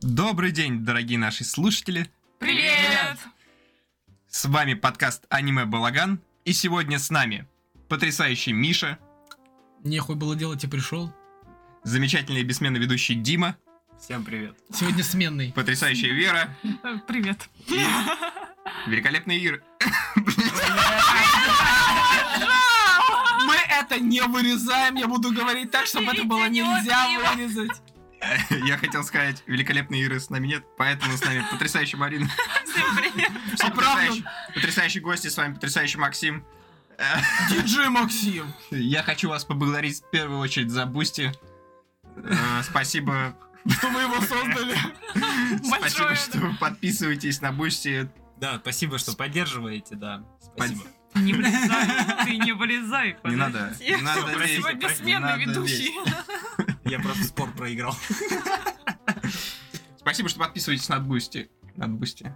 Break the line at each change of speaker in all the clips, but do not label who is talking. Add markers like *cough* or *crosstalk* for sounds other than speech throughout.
Добрый день, дорогие наши слушатели!
Привет!
С вами подкаст Аниме Балаган, и сегодня с нами потрясающий Миша,
Нехуй было делать и пришел.
замечательный и бессменный ведущий Дима,
Всем привет.
Сегодня сменный.
потрясающая Вера,
Э, Привет.
великолепная Ира.
Мы это не вырезаем, я буду говорить так, чтобы это было
Видите,
нельзя
неудобно.
вырезать.
*laughs* Я хотел сказать, великолепной Иры с нами нет, поэтому с нами потрясающая Марина.
Всем привет.
Всем потрясающий, потрясающий гости, с вами потрясающий Максим.
Диджей Максим.
Я хочу вас поблагодарить в первую очередь за Бусти. Э, Спасибо
Что вы его создали?
Спасибо,
Большое,
что вы подписываетесь на Бусти.
Да, спасибо, что поддерживаете, да. Спасибо.
Не вылезай, ты не вылезай.
Не надо,
подожди.
не надо
Всё,
лезть,
Сегодня
не
бессменный
надо
ведущий.
лезть.
Я просто спор проиграл.
Спасибо, что подписываетесь на Бусти. На Бусти.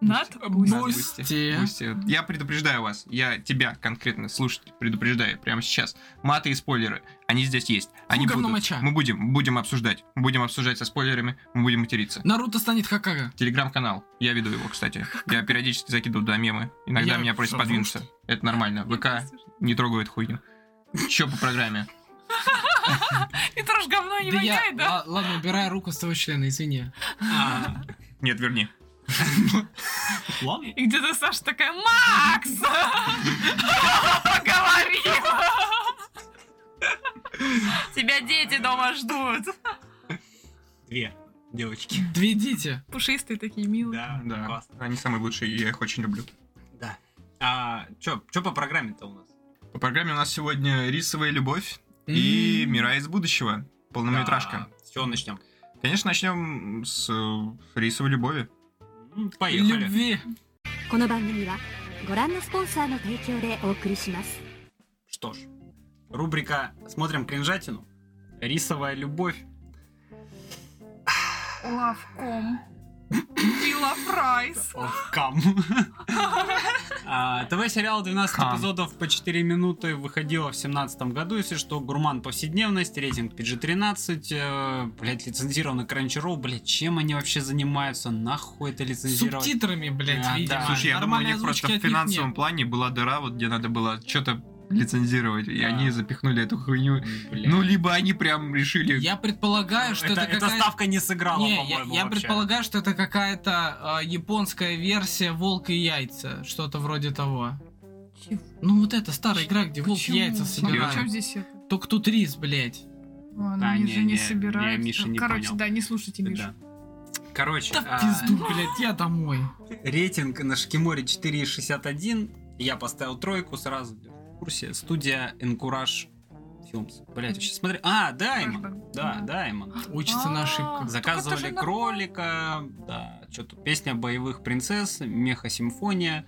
Над
На
Бусти.
Бусти.
Те.
Бусти. Я предупреждаю вас, я тебя конкретно, слушатель, предупреждаю прямо сейчас. Маты и спойлеры, они здесь есть. Они
говно
будут.
моча.
Мы будем, будем обсуждать. Мы будем обсуждать со спойлерами, мы будем материться.
Наруто станет Хакага.
Телеграм-канал. Я веду его, кстати. Я периодически закидываю туда мемы. Иногда
Я
меня просят
что,
подвинуться. Это нормально. ВК не трогает хуйню. Че по программе?
И тоже говно не воняет, да?
л- ладно, убирай руку с твоего члена, извини.
А,
Нет, верни.
Ладно.
И где-то Саша такая, Макс! Поговорила! Тебя дети дома ждут.
Две
*laughs*
девочки.
Две дети.
Пушистые такие милые.
Да,
Да,
классно.
они самые лучшие, я их очень люблю.
Да. А, чё, чё по программе-то у нас?
По программе у нас сегодня «Рисовая любовь» и
М.
«Мира из будущего». Полнометражка.
Да, С чего начнем?
Конечно, начнем с э, «Рисовой любови».
М, Ну, Поехали.
Любви.
この番組はご覧のスポンサーの提供でお送りします。
Что ж, рубрика «Смотрим кринжатину». Рисовая любовь.
Лавком. Вилла Прайс.
Ох, кам. *laughs* А, ТВ-сериал 12
Кам.
эпизодов по 4 минуты выходило в семнадцатом году, если что, «Гурман повседневности», рейтинг PG-13, э, блядь, лицензированный Crunchyroll, блядь, чем они вообще занимаются, нахуй это лицензировать?
Субтитрами, блядь,
Да,
видимо.
да.
Слушай, я думаю, у
Нормальной
них просто
озвучки
в
от них
финансовом
нет.
плане была дыра, вот где надо было что-то лицензировать, и
Да.
они запихнули эту хуйню.
Блядь.
Ну, либо они прям решили...
Я предполагаю, что это,
эта
какая-то...
ставка не сыграла,
Не, я,
по-моему,
я
вообще.
предполагаю, что это какая-то э, японская версия «Волк и яйца». Что-то вроде того.
Чего?
Ну вот эта старая игра, где волк
Почему?
яйца
Ну, причем
собирает.
здесь это?
Только тут рис, блядь.
Ладно,
Да,
они
не,
же не
не,
собирают.
не, Миша не
Короче,
понял.
да, не слушайте
Да.
Мишу.
Короче,
Да
а,
в пизду, блядь, я домой.
рейтинг на Шкиморе 4,61, я поставил тройку сразу, в курсе, студия Encourage Films. Блять, вообще смотри. А, Даймон.
Флэшбэк.
Да, Даймон.
Учится на
А,
ошибках.
так это
Заказывали
же
кролика, да, что тут песня боевых принцесс, меха-симфония.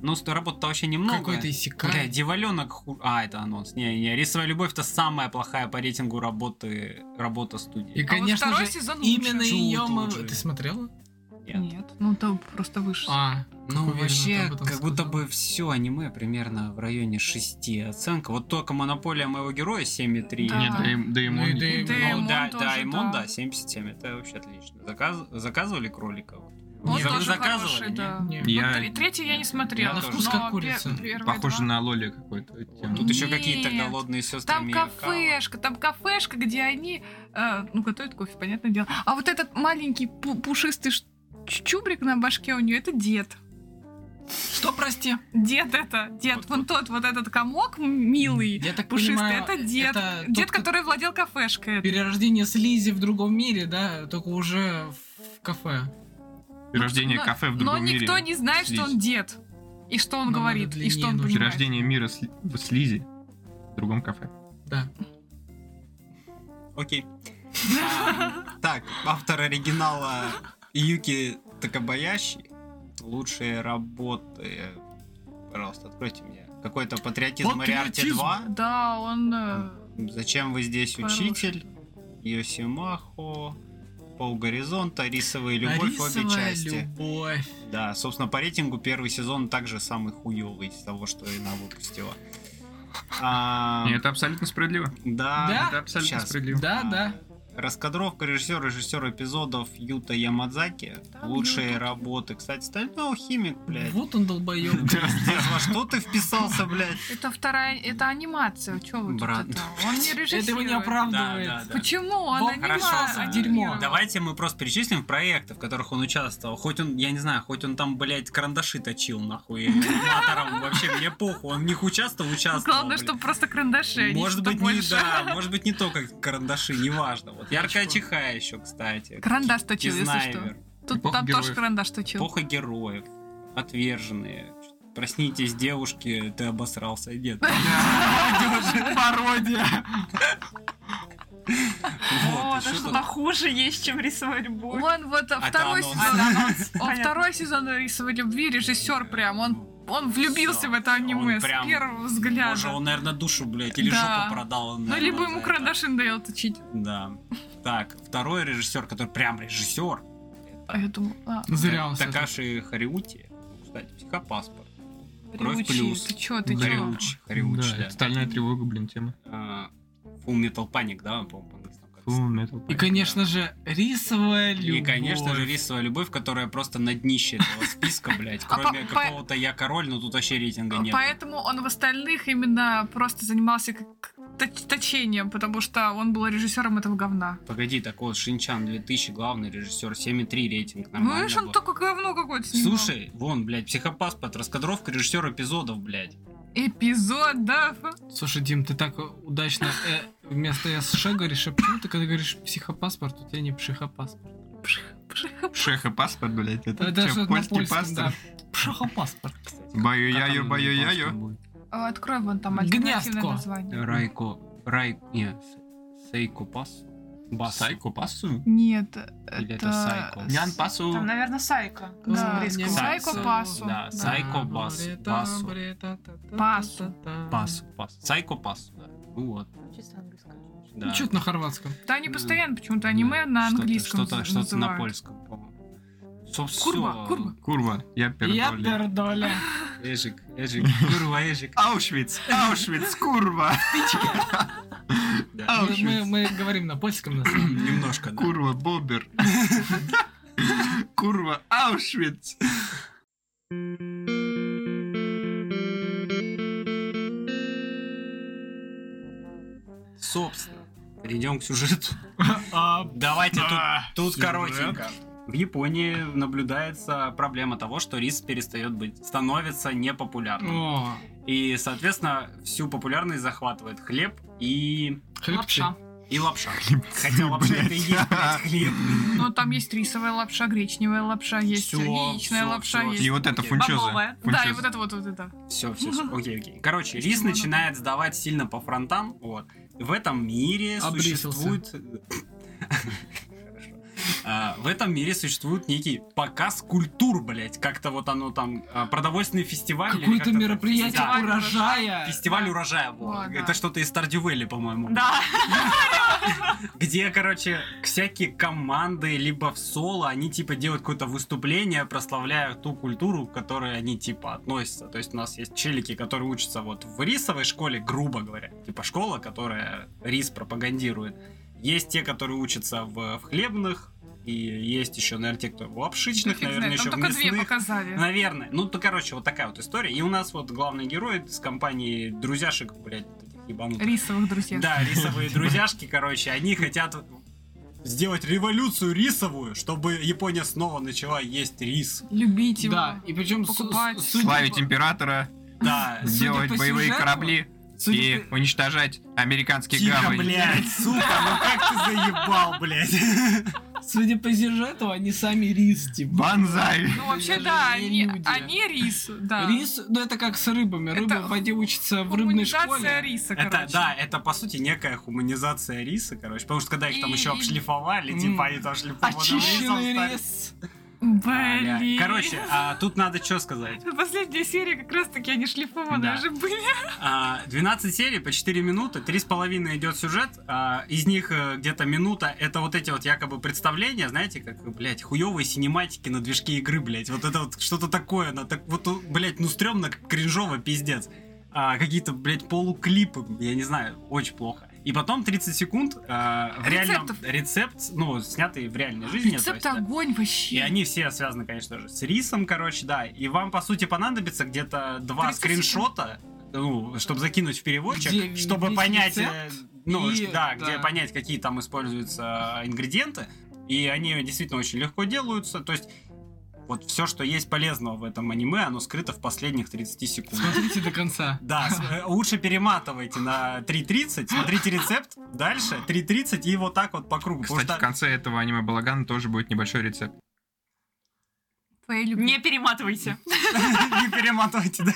Ну, с- работы-то вообще немного.
Какой-то
Бля,
иссякает.
Диваленок ху... А, это анонс. Не, не, Рисовая любовь это самая плохая по рейтингу работы, работа
И,
студии.
А вот
конечно
второй
же,
сезон
именно
лучше.
Чу
ее мы...
тут же.
Ты смотрела?
Нет.
Нет, ну там просто выше.
А, как
Ну,
уверенно ты
вообще,
об этом
как будто
сказала.
бы все аниме примерно в районе 6 оценка. Вот только монополия моего героя 7,3.
Да.
Нет, да им- да им
Ну
он-
и да им-
Даймон
Ну, да,
тоже,
Даймон,
да.
да, 77, это вообще отлично. Заказ- Заказывали кролика?
Он
Нет,
тоже
заказывали,
хороший,
не?
да.
Не.
Вот
Я-
тре- третий я не смотрела.
на вкус
но
как
пе-
курица.
первые
Похоже
два-
на лоли какой-то. тему.
Тут еще
Нет.
какие-то голодные сестры
Там
Миракава.
кафешка, там кафешка, где они, э, ну, готовят кофе, понятное дело. А вот этот маленький пу- пушистый ш- ч- чубрик на башке у нее, это дед.
Что, прости?
Дед это, дед.
Вот
Вон тот, вот этот комок м- милый,
Я так
пушистый,
понимаю,
это дед.
это тот,
дед,
кто-
который владел кафешкой. этой.
Перерождение Слизи в другом мире, да, только уже в кафе.
Рождение
Но-
кафе в
Но
другом мире.
никто не знает, что он
Слизь.
дед. И что он
Нам
говорит,
надо
и что он
длиннее,
понимает.
ну, Рождение мира сли- в слизи в другом кафе.
Да.
*laughs*
Окей. А, Так, автор оригинала Юки Такабаяши. Лучшие работы. Пожалуйста, откройте мне. Какой-то патриотизм Мариарти
Патриотизм.
2.
Да, он... э,
Зачем вы здесь,
Хороший.
учитель? Йосимахо. Пол Горизонта, Рисовая любовь, обе
Рисовая
части.
любовь.
Да, собственно, по рейтингу первый сезон также самый хуёвый из того, что она выпустила. А,
И это абсолютно справедливо.
Да,
Это абсолютно
Щас.
справедливо.
Да,
А,
да.
Раскадровка режиссер, режиссер эпизодов Юта Ямадзаки.
Там
Лучшие
Юта.
работы. Кстати, стального химик, блядь.
Вот он долбоёб.
*laughs* Пиздец, во что ты вписался, блядь?
Это вторая, это анимация. Че вы тут
Брат.
это? Он не режиссирует.
Это его не
Да, да,
оправдывает.
да.
Почему? Он
Бог
анима-
хорошо,
анимировал.
дерьмо.
Давайте мы просто перечислим проекты, в которых он участвовал. Хоть он, я не знаю, хоть он там, блядь, карандаши точил, нахуй, аниматором. Вообще, мне похуй. Он в них участвовал, участвовал.
Ну, Главное,
блядь.
чтобы просто карандаши, а не что
Может быть, не,
больше.
да, может быть, не то, как карандаши, неважно. Вот яркая чиха еще, кстати.
Карандаш точил, если что.
Кизнайвер.
Тут
Эпоха
там тоже
героев.
карандаш точил.
Эпоха героев. Отверженные. Проснитесь, девушки, ты обосрался. Нет.
*laughs*
*laughs*
Пародия.
Вот,
О,
и
это
что
что-то
тут?
хуже есть, чем рисовать любовь.
Он вот а,
Это
второй
анонс.
сезон. Он
Понятно.
второй сезон рисовой любви, режиссер прям, он он влюбился
Всё,
в это
всё,
аниме
он прям-
с первого взгляда.
Ну, Боже, он, наверное, душу, блядь, или
Да.
жопу продал. он,
ну,
наверное,
либо
за
ему
это.
карандашин дает точить.
Да. Так, второй режиссер, который прям режиссер, э,
А я думаю, а,
Зря он всё
Такаши Хариути. Кстати, психопаспорт. Кровь
Риучи,
плюс.
ты чё, ты чё?
Хариучи. Хариучи, да.
стальная тревога, блин, тема.
А, Full Metal Panic, да, по-моему, по-английски как-то
И, конечно же, рисовая любовь.
И, конечно же, рисовая любовь, которая просто на днище
*laughs*
этого списка, блядь.
А
Кроме
по- А по-
какого-то я король, но тут вообще рейтинга нет.
Поэтому он в остальных именно просто занимался как точ- точением, потому что он был режиссером этого говна.
Погоди, так вот, Шинчан 2000, главный режиссер, 7,3 рейтинг,
Ну,
нормально
видишь, он
было.
только говно какое-то снимал.
Слушай, вон, блядь, психопаспорт, раскадровка, режиссер эпизодов, блядь.
Эпизод, да?
Слушай, Дим, ты так удачно э, вместо СШ говоришь, а почему ты, когда говоришь психопаспорт, у тебя не психопаспорт?
Шеха паспорт, блядь, это, чё,
что-то на
польский
польском,
паспорт?
да. Психопаспорт.
Баю-яю, баю-яю.
А, Открой вон там альтернативное
Гнездко.
название.
Райко, рай, не, Сейко Пас.
Сайку пасу?
Нет,
Или
это...
это Сайко?
Нян пасу.
Там, наверное, сайка.
Да,
С английского.
не Сайко
Сайко.
Пасу.
Да, Сайко Бас. Басу.
Пасу.
Пас, пас. Сайко Пас, да. Ну вот,
Чисто английского.
да.
Ну, что-то на хорватском.
Да они постоянно почему-то аниме
Да,
на
что-то-
английском
Что-то,
наз-
что-то, на
называют.
польском, по-моему. Собственно,
Курба, курба.
Курва, я
Я
пердолю.
пердоля.
Эжик, эжик, курва,
*laughs*
эжик.
Аушвиц, Аушвиц, курва.
Да.
А, Мы- Мы
Аушвиц,
мы говорим на польском, на самом деле.
Немножко, да.
курва, бобер. *laughs* Курва, Аушвиц.
Собственно, перейдем к сюжету.
А,
Давайте тут Тут
Сюжет.
коротенько. В Японии наблюдается проблема того, что рис перестает быть, становится непопулярным.
О,
И, соответственно, всю популярность захватывает хлеб и,
хлебцы.
Лапша.
*laughs*
и лапша. Хотя лапша это и есть блядь, хлеб.
Но там есть рисовая лапша, гречневая лапша, есть
Всё,
яичная
всё,
лапша,
всё,
есть...
И вот это
Окей.
фунчоза.
Бобовая.
Да, и вот это вот, вот это.
Все, все,
*laughs*
все. Окей, окей. Короче,
Из
рис
чего
начинает сдавать сильно по фронтам. Вот. В этом мире
Обрисился.
существует... *laughs* Хорошо. А, В этом мире существует некий показ культур, блять. Как-то вот оно там... а, Продовольственный фестиваль. или
Какое-то
как-то так.
мероприятие
Да.
урожая.
Фестиваль урожая. во.
О, да.
Это что-то из Тардювели, по-моему.
Да.
Где, короче, всякие команды, либо в соло, они типа делают какое-то выступление, прославляя ту культуру, к которой они типа относятся. То есть у нас есть челики, которые учатся вот в рисовой школе, грубо говоря. Типа школа, которая рис пропагандирует. Есть те, которые учатся в, в хлебных, и есть еще, наверное, те, кто в
Да
лапшичных,
фиг
наверное,
знает,
еще
там
в
только две
мясных.
показали.
Наверное. Ну, то, короче, вот такая вот история. И у нас вот главный герой из компании друзьяшек, блядь, этих ебанутых.
Рисовых друзей.
Да, рисовые друзьяшки, короче, они хотят сделать революцию рисовую, чтобы Япония снова начала есть рис.
Любить его.
Да, и причем с-
покупать.
с- судя
Славить
по-
императора,
Да.
Судя
делать
по
боевые
сюжету,
корабли
судя
и
по-
уничтожать американские
Тихо,
гавани.
блядь, сука, ну как ты заебал, блядь.
Судя по сюжету, они сами рис, типа.
Банзай.
Ну, вообще,
даже
да,
не
они,
люди.
они рис, да.
Рис, ну это как с рыбами. Рыба
А. Это
в воде учится в рыбной
Коммунизация
школе.
риса,
Это,
короче.
да, это по сути некая хуманизация риса, короче, потому что когда их там
И-
еще
и-
обшлифовали,
М.
типа они там шлифованным рисом
Очищенный
стали.
А рис.
Бля.
Блин.
Короче, а тут надо что сказать.
Последняя серия как раз-таки они шлифованные
Да.
же были.
А, 12 серий по 4 минуты, 3,5 идет сюжет, а, из них э, где-то минута это вот эти вот якобы представления, знаете, как, блядь, хуевые синематики на движке игры, блядь, вот это вот что-то такое, на так, вот, у- блядь, ну стрёмно, кринжово, пиздец. А, какие-то, блядь, полуклипы, я не знаю, очень плохо. И потом 30 секунд а, в реальном-
Рецептов.
рецепт, ну, снятый в реальной жизни. то
Рецепт
есть, да.
огонь вообще.
И они все связаны, конечно же, с рисом, короче, да. И вам, по сути, понадобится где-то два
30 секунд.
скриншота, ну, чтобы закинуть в переводчик,
Где
чтобы
весь
понять, э,
рецепт
ну,
и-
да, где
да.
понять, какие там используются э, ингредиенты. И они действительно очень легко делаются. То есть, вот все, что есть полезного в этом аниме, оно скрыто в последних 30 секунд.
Смотрите до конца.
Да, с- э, лучше перематывайте на 3.30, смотрите рецепт, дальше 3.30 и вот так вот по кругу. потому
Кстати, в
что-
конце этого аниме Балагана тоже будет небольшой рецепт.
Твоей любви.
*laughs*
Не перематывайте.
Не перематывайте, да.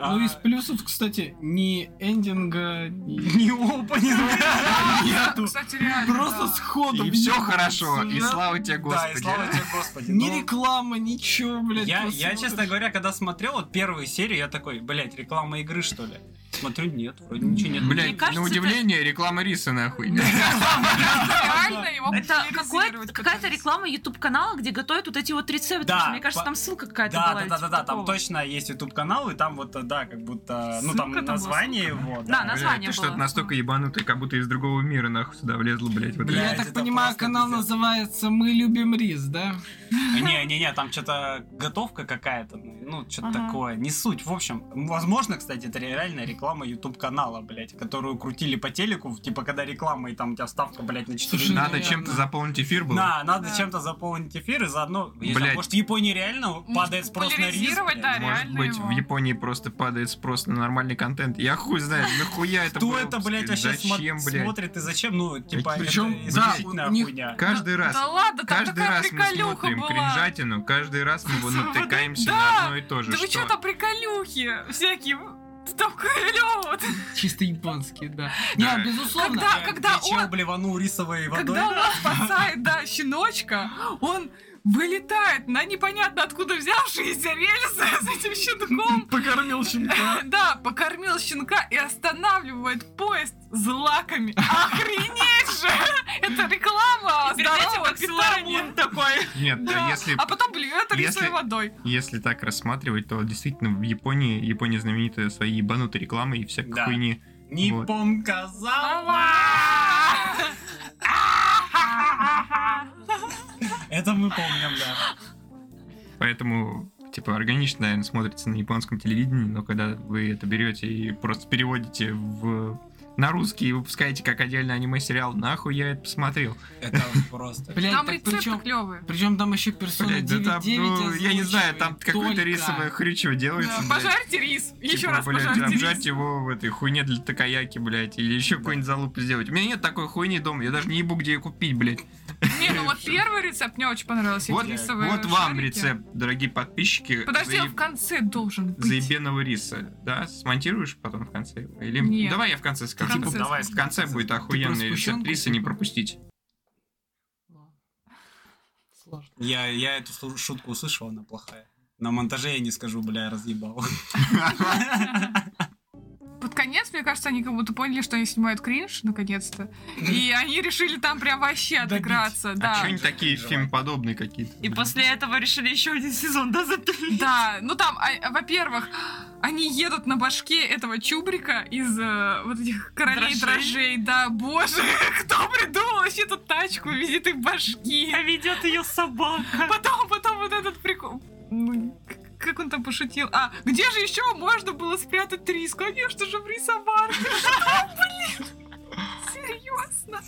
Ну,
А,
из плюсов, кстати, ни эндинга, ни...
*laughs* не опенинга.
нету.
Кстати,
*laughs*
реально.
Просто
да.
сходу.
И
блядь,
все хорошо, и
сра-
слава тебе,
Да, и
Господи.
слава тебе, Господи.
Ни
Ну,
реклама, ничего, блядь.
Я,
просто
я,
вот
честно
это-
говоря, когда смотрел вот первые серии, я такой, блядь, реклама игры, что ли? Смотрю, нет, вроде ничего нет.
Мне
Блять,
кажется,
на удивление, реклама риса, нахуй. *laughs*
Реально его
Это
популяризировать
какой-
пытались.
какая-то реклама YouTube канала, где готовят вот эти вот рецепты.
Да,
Потому что Мне кажется,
по-
там ссылка какая-то
Да,
была.
да,
или
да, да,
типа
да, там
такого.
точно есть YouTube канал, и там вот, э, да, как будто, ну
Ссылка
там
там была,
название его.
Да, название
Ты
было.
что-то настолько ебанутый, как будто из другого мира, нахуй, сюда влезла, блять. Вот
Бля,
Я
Блядь,
так
это
понимаю,
просто
канал
пиздец.
называется «Мы любим рис», да?
Не-не-не, там что-то готовка какая-то, ну, что-то
Ага.
такое, не суть. В общем, возможно, кстати, это реальная реклама YouTube-канала, блядь, которую крутили по телеку, типа, когда реклама, и там у тебя ставка, блядь, на 4
Слушай, ну,
минуты.
Надо чем-то заполнить эфир было.
Да, надо
Да.
чем-то заполнить эфир, и заодно, не знаю,
Блядь.
может, в Японии реально
Может,
падает спрос на рис,
популяризировать,
блядь?
да,
Может
реально
быть, в
его.
Японии просто падает спрос на нормальный контент. Я хуй знает, нахуя это
Кто
было,
это, блядь, вообще смо-
Зачем, блядь?
смотрит и зачем? Ну, типа,
Причём,
это
блядь,
исключительная
у них-
хуйня.
Каждый раз.
Да ладно, там
Каждый
такая
раз мы
приколюха
смотрим
была.
кринжатину, каждый раз
*laughs*
мы вот натыкаемся
Да.
на одно и то же.
Да вы
что?
что там приколюхи всякие? Такой клёво.
Чисто японские, да.
Да.
Не, а, безусловно.
э,
Когда- когда
Бича
он-
обливанул рисовой водой.
Когда он спасает, да, щеночка, он вылетает на непонятно откуда взявшиеся рельсы с этим щенком.
Покормил щенка.
Да, покормил щенка и останавливает поезд злаками. Охренеть же! Это реклама здорового питания.
такой.
Нет, да,
Да.
если,
А потом блюет рисовой
если-
водой.
если так рассматривать, то действительно в Японии, Япония знаменита своей ебанутой рекламой и всякой
Да.
хуйни.
Ниппонка
А
зава! Это мы помним, да.
Поэтому, типа, органично, наверное, смотрится на японском телевидении, но когда вы это берете и просто переводите в на русский и выпускаете как отдельный аниме-сериал, нахуй я это посмотрел.
Это просто...
Блядь,
Там
так
рецепты
причем...
клевые.
Причем там еще персона
Блять, да там,
9.9
ну, я не знаю, там
озвучивает
какое-то
только.
рисовое хрючево делается, блядь.
Пожарьте рис. Еще
Типа,
раз
блядь,
пожарьте
обжать
рис.
его в этой хуйне для такаяки, блядь, или еще какую-нибудь залупу сделать. У меня нет такой хуйни дома, я даже не ебу, где ее купить, блядь.
Не, ну вот первый рецепт мне очень понравился.
Вот,
рисовые
вот вам
шарики.
рецепт, дорогие подписки.
Подожди,
заеб-
он в конце должен быть.
заебенного риса, да? Смонтируешь потом в конце? его? Или...
Нет.
Давай я в конце скажу.
конце
Типа,
Давай,
В конце будет
просто
охуенный рецепт
сгущенку
риса, не пропустить.
Сложно.
Я, я эту слу- шутку услышал, она плохая. На монтаже я не скажу, бля, *laughs* разъебал.
Под конец, мне кажется, они как будто поняли, что они снимают кринж, наконец-то.
*laughs*
И они решили там прям вообще
Добить.
отыграться.
А
Да.
что они такие фильм-подобные какие-то?
И после этого решили еще один сезон, да, *laughs* запилить?
Да, ну там, а- а, во-первых, они едут на башке этого чубрика из э, вот этих королей
Дрожжей.
дрожжей. Да, боже, *laughs* кто придумал вообще эту тачку визиты башки?
А ведет ее собака.
Потом, потом вот этот прикол. Ну, к- Как он там пошутил? А, где же еще можно было спрятать рис? Конечно же, в *laughs* рисоварке. Что, блин? Серьезно?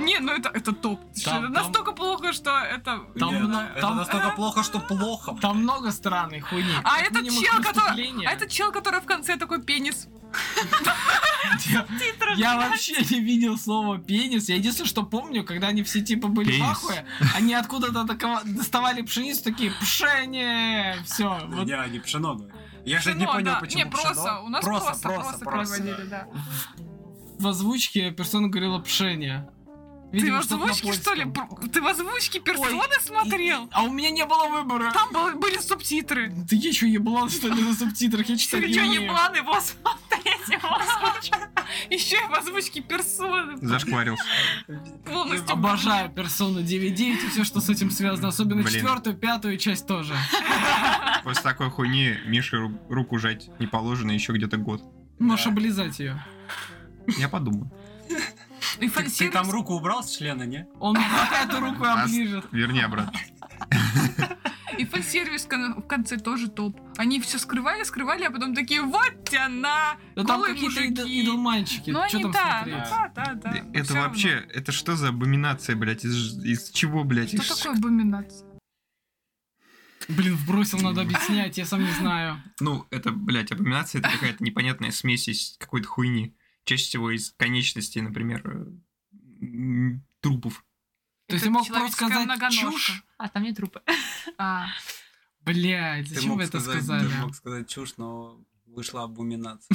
Не, ну это, это топ.
Там-
Это настолько плохо, что это...
Там
Нет,
мно-
это
там-
настолько плохо, что плохо. бля.
Там много странной хуйни.
А
Как
этот
минимум,
чел, который-
преступление.
А этот чел, который в конце такой пенис.
Я- Я вообще не видел слова пенис. Я единственное, что помню, когда они все типа были в
Пенис.
ахуе, они откуда-то такова- доставали пшеницу, такие пшене, все. Вот
Я не пшено говорю. Я же не
Пшено,
понял,
да.
почему
Не,
пшено.
просто. У нас просто, просто,
просто.
переводили, да.
в озвучке персона говорила пшене.
Ты в
Видимо, что-то на
озвучке, что ли?
польском.
Бр- Ты в озвучке персоны смотрел?
А у меня не было выбора.
Там бы- были субтитры.
Ты я что, еблан, что ли, на субтитрах? Я читать
Ты
не
что,
умею.
еблан его смотреть, его озвучивать?
Еще и в озвучке персоны. *laughs*
Зашкварился.
Полностью.
Обожаю персону 9.9 и все, что с этим связано. Особенно
Блин.
четвертую, пятую часть тоже.
После такой хуйни Мише ру- руку жать не положено еще где-то год.
Можешь облизать ее.
Я подумаю.
И
Ты, ты
фан-сервис.
там руку убрал с члена, не?
*laughs*
Он какая-то руку
Нас-
оближет.
Верни обратно.
И фан-сервис кон- в конце тоже топ. Они все скрывали, скрывали, а потом такие, вот она!
Да там
голые
какие-то
мужики.
идол- идол-мальчики.
Ну
Что
они,
там
да,
смотреть?
да, да, да.
Э,
но
Это
всё
вообще, это что за абоминация, блядь? Из, ж- из чего, блядь?
равно.
Из-
Что такое абоминация?
Блин, вбросил, надо объяснять, я сам не знаю.
Ну, это, блядь, абоминация это какая-то непонятная смесь из какой-то хуйни. Чаще всего из конечностей, например, э, м, трупов.
То
Это
есть я мог просто
человеческая
сказать
многоножка.
чушь.
А там не трупы.
А,
Блядь, зачем вы это сказали?
ты мог сказать чушь, но вышла абуминация.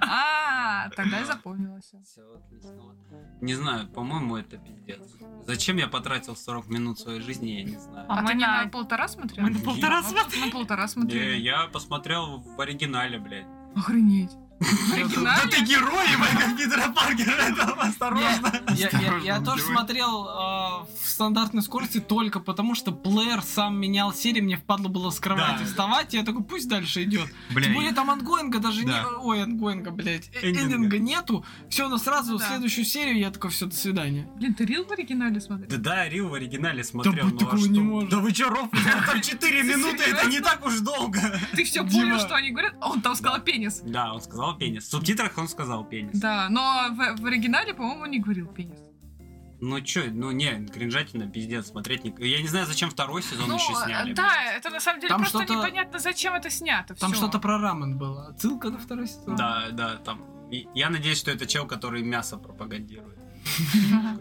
а, тогда я запомнила всё.
Всё, отлично. Вот. Не знаю, по-моему, это пиздец. Зачем я потратил 40 минут своей жизни, я не знаю.
А,
А
ты
мы
не
на-
на полтора смотрел?
Мы на полтора
Мы
смотрели.
На полтора
Э,
смотрели.
Я посмотрел в оригинале, блядь.
Охренеть.
Да
Оригинально?
ты герой, блядь!
*laughs* Питера Паркера, осторожно!
Я, я- я
Осторожно,
тоже
давай.
смотрел э, в стандартной скорости только потому, что плеер сам менял серии, мне впадло было с кровати
Да.
вставать, и я такой, пусть дальше идет. Тем более
Блядь,
там ангоинга даже не...
Да.
Ой, ангоинга, блядь. э,
Эндинга.
Эндинга нету. Все, она сразу в
Ну Да.
следующую серию, я такой, все, до свидания.
Блин, ты рил в оригинале смотрел?
Да, да, Рил в оригинале смотрел,
быть
ну а
такого не
что?
может.
Да вы чё, Ров, там 4 минуты, это не так уж долго. *laughs*
Ты все
Дима.
понял, что они говорят? А Он там сказал пенис.
Да, он сказал пенис. В субтитрах он сказал пенис.
Да, но в, в оригинале, по-моему, он не говорил пенис.
Ну чё, ну не, кринжатина, пиздец, смотреть не... Я не знаю, зачем второй сезон
Ну,
еще сняли.
э, да, это на самом деле
Там
просто
что-то-
непонятно, зачем это снято.
Там
всё.
что-то про рамен было. Отсылка на второй сезон.
Да, да, там. и- Я надеюсь, что это чел, который
*laughs*
мясо пропагандирует.
Ага.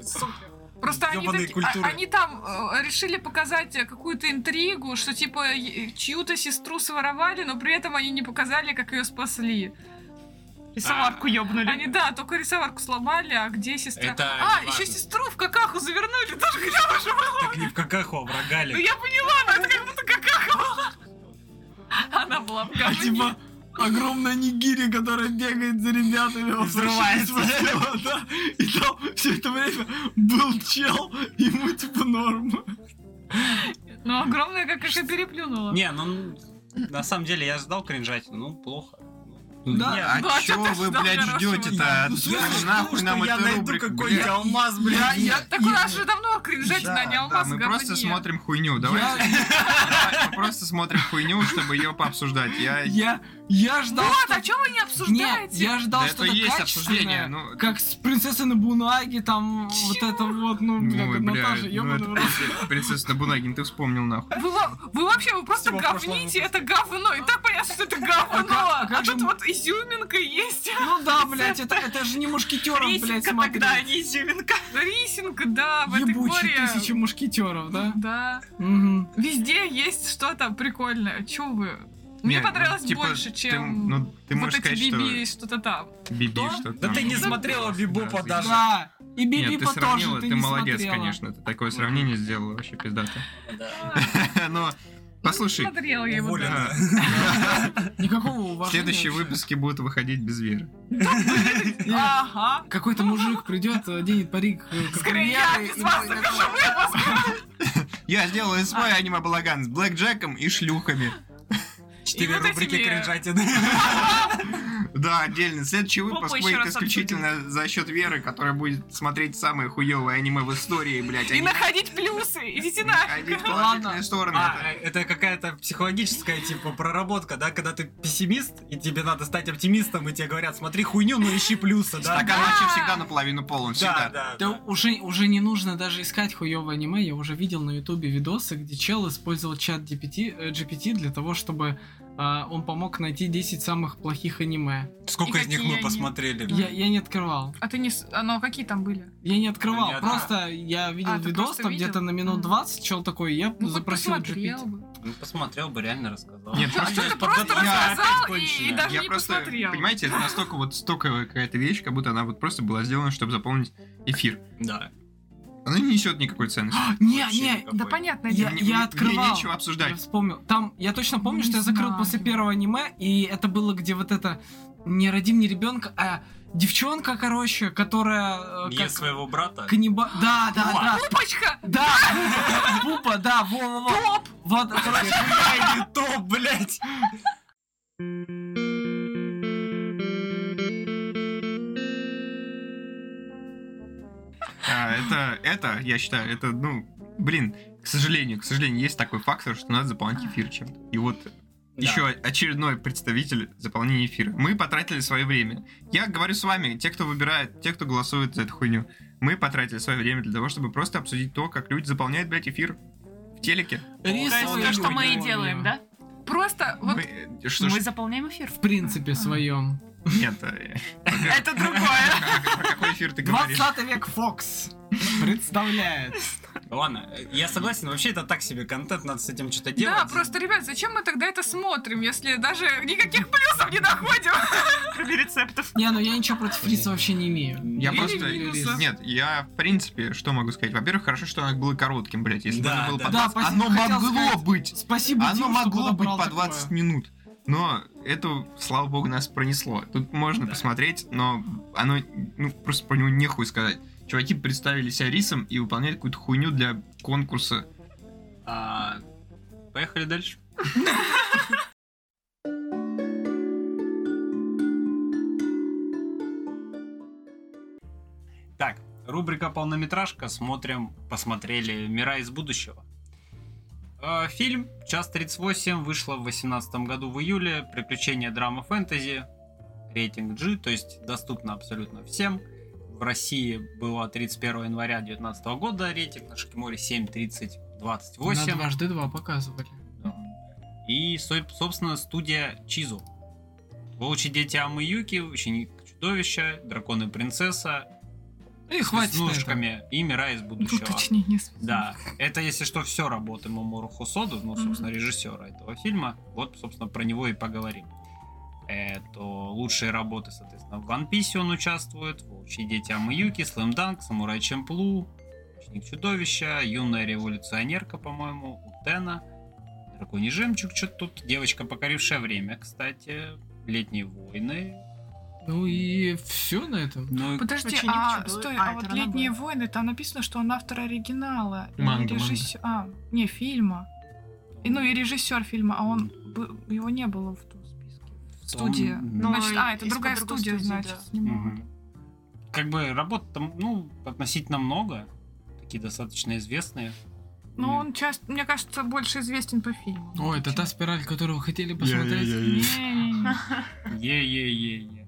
Просто они,
Ёбаные
таки-
культуры.
а- они там э, решили показать э, какую-то интригу, что типа э, чью-то сестру своровали, но при этом они не показали, как ее спасли.
*laughs* Рисоварку ёбнули.
Они, да, только рисоварку сломали, а где сестра?
Это
а,
не
еще
важно.
сестру в какаху завернули, тоже грязно же было.
Так не в какаху, а в
Ну
рогалик.
я поняла, но это как будто какаха была. *laughs* Она была в
А
говне.
типа огромная нигири, которая бегает за ребятами, он
взрывается. *laughs*
слева, да. И там все это время был чел, ему типа норма.
Ну, огромная какаха переплюнула.
Не, ну на самом деле я ждал кринжатину, ну плохо. Ну,
Да,
не,
а
ну, а чё
чё
ты
вы,
ждал
блядь,
хорошего?
ждете-то?
Ну, в смысле,
Отдайте
жду,
Нахуй
что
нам
я
эту
найду
рубрику,
какой-нибудь
блядь.
алмаз,
Я- я-
Так у нас же давно кринжать
Да,
на не
да,
алмаз
мы
говне.
просто смотрим хуйню. Давайте, давай, мы просто смотрим хуйню, чтобы ее пообсуждать. Я,
Я, я ждал,
Вот,
что-
о чем вы не
Нет,
обсуждаете?
я ждал
Да это
что-то
и есть
качественное,
обсуждение, ну-
как с принцессой Набунаги, там вот это вот, ну,
Ой,
как
блядь,
Наташа,
ну
ёбаный
это
в рот.
пиздец. принцесса Набунагин, ты вспомнил нахуй.
Вы, во- вы вообще, вы просто
Всего
говните, это говно. И так понятно, что это говно.
как-
А,
а как же
тут
мы-
вот изюминка есть.
Ну да, блядь, это, это же не мушкетеров, блядь,
Рисинка тогда, а
смотри.
не изюминка.
Рисинка, да, в этой
Ебучие
горе. Ну
тысячи мушкетеров, да?
Да.
Мгм.
Везде есть что-то прикольное. Чё вы? Мне
Не, ну,
понравилось
типа,
больше,
ты-
чем
ну, ты
вот
можешь
эти
сказать,
биби
что
и
*laughs*
что-то там.
Биби
Что?
что
Да ты не смотрела Бибопа даже.
Да, и
Нет, ты
Бибипа
сравнила, ты,
тоже, ты не
молодец,
смотрела.
конечно. Ты такое сравнение сделала вообще *laughs* пиздато.
да.
А,
Но
ну,
послушай,
Смотрела я его. да.
Уволена.
Никакого уважения
следующие
вообще.
выпуски будут выходить без веры.
Ага.
Какой-то мужик придет, оденет парик. э, как
Скорее, я
Вера, и
без вас
будет
закажу выпуск.
Я сделаю свой аниме-балаган с Блэк Джеком и шлюхами.
Четыре
И вот
рубрики
этими-
кринжатины.
Да, отдельно. Следующий
Попу
выпуск
еще
будет
раз
исключительно за счет Веры, которая будет смотреть самые хуевые аниме в истории, блядь.
И
Они-
находить плюсы. Идите
они
нафиг.
в положительные стороны.
А, э, это какая-то психологическая, типа, проработка, да, когда ты пессимист, и тебе надо стать оптимистом, и тебе говорят, смотри хуйню, но ищи плюсы, да?
Стакан
Да.
вообще всегда наполовину полон,
Да,
всегда.
да,
Да уже, уже не нужно даже искать хуёвое аниме. Я уже видел на ютубе видосы, где чел использовал чат GPT, э, GPT для того, чтобы а, он помог найти 10 самых плохих аниме.
Сколько
И
из них
какие
мы
они?
посмотрели?
Я, я не открывал.
А ты не... с- А, ну, а какие там были?
Я не
Ну,
открывал.
не одна.
просто я видел
А, ты
видос
просто
там где-то
видел?
на минут
Мгм.
20, чел такой, я
Ну, хоть
запросил
посмотрел
GPT.
бы.
Ну, посмотрел бы, реально рассказал.
Нет,
А
просто-
что ты просто
я
рассказал и- и,
конченая.
даже
я
не
просто,
посмотрел?
понимаете, это настолько вот стоковая какая-то вещь, как будто она вот просто была сделана, чтобы заполнить эфир.
Да.
Она не несет никакой ценности.
Не,
Вообще
не,
никакой.
Да понятно,
*gasps* Я-
дело.
Мне- мне
открывал.
нечего обсуждать.
Я вспомнил. Там, я точно помню,
Не
что я закрыл
знаю.
после первого аниме, и это было где вот это не роди мне ребенка, а девчонка, короче, которая э,
Бьет
как
своего брата.
каниба... Да, да, да.
Пупочка!
Да, пупа, да, во, во, во. Вот, короче,
Я не то, блядь!
А, это, это, я считаю, это, ну, блин, к сожалению, к сожалению, есть такой фактор, что надо заполнять
*gasps*
эфир чем-то. И вот еще очередной представитель заполнения эфира. Мы потратили свое время. Я говорю с вами, те, кто выбирает, те, кто голосует за эту хуйню, мы потратили свое время для того, чтобы просто обсудить то, как люди заполняют, блядь, эфир в телеке.
То есть
рисую
то, что мы и
хуйню.
делаем, да?
Просто вот...
Мы- э, что ж-
Мы заполняем *laughs* эфир.
В принципе своем.
Нет, э, во-первых,
Это другое.
про какой эфир
*laughs*
ты говоришь?
20 век Фокс представляет.
Ладно, э, я согласен, вообще это так себе контент, надо с этим что-то делать.
Да, просто, ребят, зачем мы тогда это смотрим, если даже никаких плюсов не находим?
*laughs* Кроме рецептов.
Не, ну я ничего против риса вообще не имею.
Я
Или
просто...
минуса.
Нет, я, в принципе, что могу сказать? Во-первых, хорошо, что оно было коротким, блядь. Если бы
Да,
оно было
да.
по
Да,
20
спасибо,
Оно
хотел
могло
сказать.
быть!
Спасибо
Оно
Диму, что
могло быть
подобрал
по
такое.
20 минут. Но это, слава богу, нас пронесло. Тут можно
Да.
посмотреть, но оно... Ну, просто про него нехуй сказать. Чуваки представили себя рисом и выполняют какую-то хуйню для конкурса.
А, Поехали дальше. Так, рубрика полнометражка. Смотрим, посмотрели «Мира из будущего». Э, Фильм «Час 38» вышла в 2018 году в июле. Приключения драма фэнтези. Рейтинг G, то есть доступно абсолютно всем. В России было 31 января 2019 года. Рейтинг на Шикиморе 7.30.28.
На дважды два показывали.
И, со- собственно, студия Чизу. Волчьи дети Амы Юки, Ученик чудовища, Дракон и принцесса,
И
с
хватит на Ну, этом.
ножками и Мира из будущего.
Точнее, не
Да, это, если что, все работы Момору Хусоду, ну, собственно, режиссера этого фильма. Вот, собственно, про него и поговорим. Это лучшие работы, соответственно, в One Piece он участвует, Волчьи дети Амаюки, Слэм Данк, Самурай Чемплу, Ученик чудовища, Юная революционерка, по-моему, Утена, Драконий жемчуг, что-то тут, Девочка, покорившая время, кстати, Летние войны.
Ну и все на этом.
Ну, и
Подожди,
Ученик
а
чудо-
стой,
а,
а
это
вот
она
«Летние
была.
войны», там написано, что он автор оригинала. и
Манга,
режисс- А, не, фильма. И, ну и режиссер фильма, а он... бы- Его не было в том списке.
в том-
Студия.
Ну,
Значит, а, это
из-под
другая
другой
студия,
студии,
значит,
да.
снимала.
Мгм. Как бы работ там, ну, относительно много. Такие достаточно известные.
Но он часть, мне кажется, больше известен по фильму.
О, это та спираль, которую вы хотели посмотреть.
Не-не-не.
Е-е-е-е.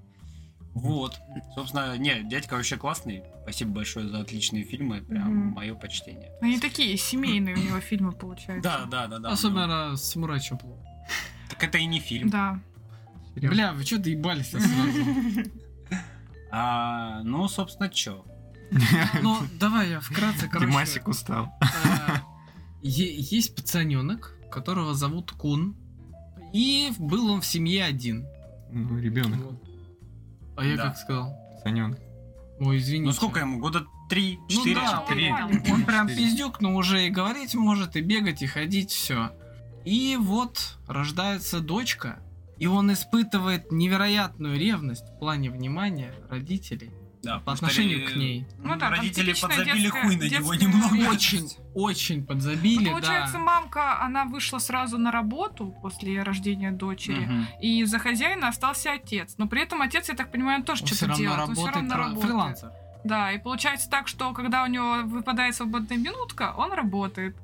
Вот. Собственно, не, дядька вообще классный. Спасибо большое за отличные фильмы. Прям
Мгм.
мое почтение.
Они такие семейные у него фильмы получаются.
Да, да, да, да.
Особенно на Самурай Чамплу.
Так это и не фильм.
Да.
Бля, вы что доебались сразу?
А, ну, собственно, чё?
*laughs*
Ну, давай я вкратце, короче.
Димасик устал.
э, е- Есть пацаненок, которого зовут Кун. И был он в семье один.
Ну, ребенок,
Вот. А я
Да.
как сказал?
пацанёнок.
Ой, извините.
Ну, сколько ему? Года три,
Ну
четыре?
да,
Три.
Нормально.
Он прям
Четыре.
пиздюк, но уже и говорить может, и бегать, и ходить, все. И вот рождается дочка, и он испытывает невероятную ревность в плане внимания родителей
Да,
по
потому что
отношению
ре-
к ней.
Ну да, там
Родители
типичная
подзабили
детская-
хуй на него
детская
немного.
ревность.
Очень, очень подзабили,
Ну, Получается,
да.
мамка, она вышла сразу на работу после рождения дочери,
Мгм.
и за хозяина остался отец. Но при этом отец, я так понимаю, он тоже
Он
что-то
всё равно
делает, он
работает,
все равно
фра-
работает.
фрилансер.
Да, и получается так, что когда у него выпадает свободная минутка, он работает.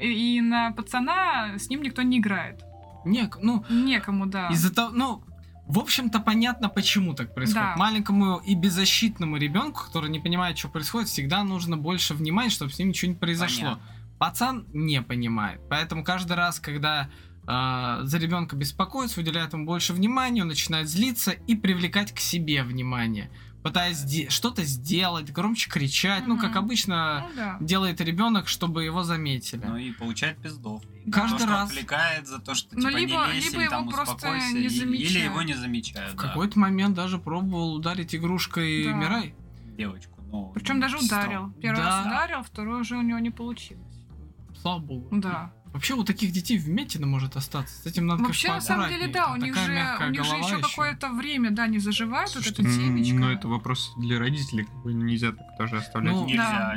И, и на пацана с ним никто не играет.
Не, ну,
Некому, да.
из-за того, ну, в общем-то, понятно, почему так происходит.
Да.
Маленькому и беззащитному ребенку, который не понимает, что происходит, всегда нужно больше внимания, чтобы с ним ничего не произошло.
Понятно.
Пацан не понимает. Поэтому каждый раз, когда а, за ребенка беспокоится, уделяет ему больше внимания, он начинает злиться и привлекать к себе внимание, пытаясь сде- что-то сделать, громче кричать, ну как
Мгм.
обычно
Ну да.
делает ребенок, чтобы его заметили.
Ну и получает пиздов.
Каждый
то,
раз.
Что отвлекает за то, что
Ну,
типа
либо-
не лезь,
либо
или там
его просто
успокойся.
не
и- Или
замечают.
его не замечают.
В
да.
какой-то момент даже пробовал ударить игрушкой
Да.
Мирай.
Девочку. Ну,
Причем даже
не стал.
ударил. Первый
Да.
раз ударил, второй уже у него не получилось. Ну
Слава богу.
Да.
Вообще у таких детей вмятина может остаться. С этим надо,
Вообще, на
конечно,
самом деле,
Ну, поаккуратнее.
да, у
Там
них
такая
же,
мягкая
у них же
голова
еще
ещё.
какое-то время, да, не заживает вот эта
М,
темечка.
Ну, это вопрос для родителей, как бы нельзя так тоже оставлять.
Ну,
Нельзя,